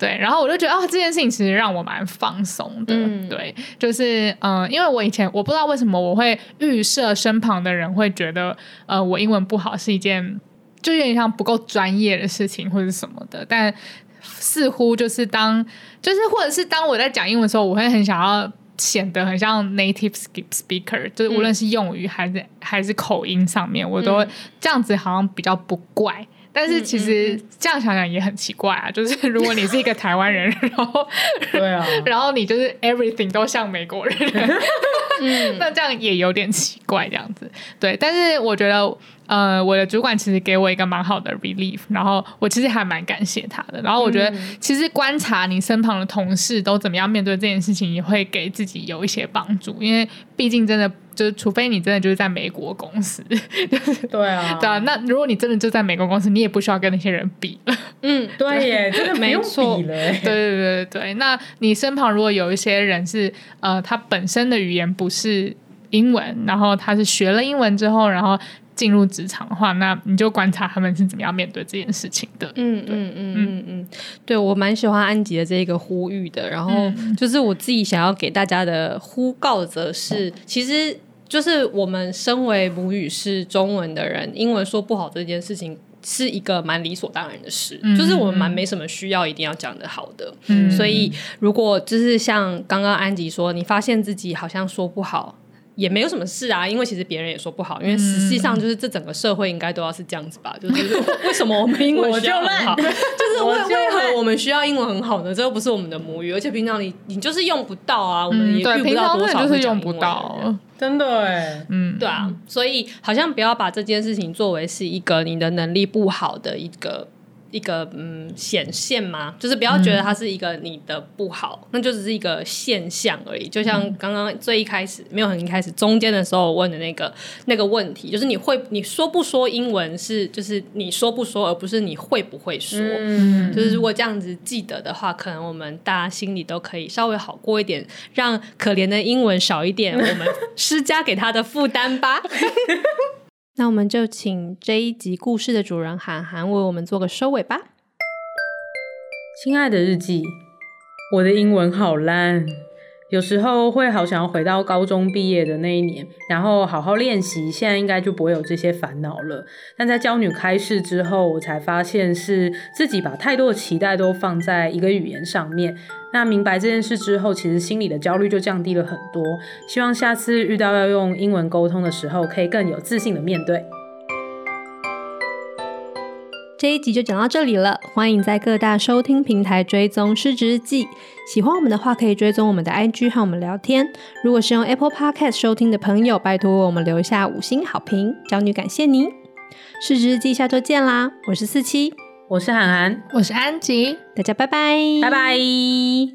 Speaker 2: 对，然后我就觉得哦，这件事情其实让我蛮放松的。对，就是嗯、呃因为我以前我不知道为什么我会预设身旁的人会觉得呃，我英文不好是一件就有点像不够专业的事情或者什么的，但似乎就是当就是或者是当我在讲英文的时候，我会很想要显得很像 native sk- speaker，就是无论是用语还是、还是口音上面，我都、这样子好像比较不怪。但是其实这样想想也很奇怪啊，就是如果你是一个台湾人， 然后
Speaker 4: 对啊，
Speaker 2: 然后你就是 everything 都像美国人， 那这样也有点奇怪，这样子。对，但是我觉得，呃，我的主管其实给我一个蛮好的 relief，然后我其实还蛮感谢他的。然后我觉得，其实观察你身旁的同事都怎么样面对这件事情，也会给自己有一些帮助，因为毕竟真的就是，除非你真的就是在美国公司，
Speaker 4: 对啊，
Speaker 2: 对啊。那如果你真的就在美国公司，你也不需要跟那些人比了。
Speaker 5: 嗯，
Speaker 4: 对耶，真的不用
Speaker 5: 没错
Speaker 4: 比了耶，
Speaker 2: 对对对对对，那你身旁如果有一些人是呃，他本身的语言不是英文，然后他是学了英文之后，然后进入职场的话，那你就观察他们是怎么样面对这件事情的。
Speaker 5: 嗯嗯嗯嗯嗯，对我蛮喜欢安吉的这一个呼吁的。然后就是我自己想要给大家的呼告，则是其实就是我们身为母语是中文的人，英文说不好这件事情。是一个蛮理所当然的事，
Speaker 2: 嗯
Speaker 5: 就是我们蛮没什么需要一定要讲的好的，
Speaker 2: 嗯
Speaker 5: 所以如果就是像刚刚安吉说，你发现自己好像说不好，也没有什么事啊，因为其实别人也说不好，因为实际上就是这整个社会应该都要是这样子
Speaker 2: 嗯
Speaker 5: 吧，就是为什么我们英文需要很好，就是
Speaker 4: 我
Speaker 5: 为
Speaker 4: 就
Speaker 5: 为
Speaker 4: 烂
Speaker 5: 何我们需要英文很好呢？这又不是我们的母语，而且平常你你就是用不到啊，我们
Speaker 2: 嗯，
Speaker 5: 也
Speaker 2: 对，
Speaker 5: 遇不
Speaker 2: 平
Speaker 5: 到
Speaker 2: 常
Speaker 5: 多
Speaker 2: 真的
Speaker 5: 少
Speaker 2: 就是
Speaker 5: 会讲
Speaker 2: 用
Speaker 5: 英
Speaker 2: 不
Speaker 5: 文的人
Speaker 2: 到。，
Speaker 4: 真的哎，
Speaker 2: 嗯，
Speaker 5: 对啊，所以好像不要把这件事情作为是一个你的能力不好的一个一个嗯显现嘛，就是不要觉得它是一个你的不好，
Speaker 2: 嗯
Speaker 5: 那就只是一个现象而已。就像刚刚最一开始没有很一开始中间的时候我问的那个那个问题，就是你会你说不说英文是就是你说不说，而不是你会不会说。
Speaker 4: 嗯，
Speaker 5: 就是如果这样子记得的话，可能我们大家心里都可以稍微好过一点，让可怜的英文少一点，我们施加给他的负担吧。 那我们就请这一集故事的主人韩寒为我们做个收尾吧。
Speaker 4: 亲爱的日记，我的英文好烂，有时候会好想要回到高中毕业的那一年，然后好好练习，现在应该就不会有这些烦恼了。但在教女开试之后，我才发现是自己把太多的期待都放在一个语言上面。那明白这件事之后，其实心里的焦虑就降低了很多。希望下次遇到要用英文沟通的时候，可以更有自信的面对。
Speaker 5: 这一集就讲到这里了，欢迎在各大收听平台追踪《失职日记》。喜欢我们的话，可以追踪我们的 IG 和我们聊天。如果是用 Apple Podcast 收听的朋友，拜托为我们留下五星好评，娇女感谢你。《失职日记》下周见啦，我是四七，
Speaker 4: 我是涵涵，
Speaker 2: 我是安吉，
Speaker 5: 大家拜拜，
Speaker 4: 拜拜。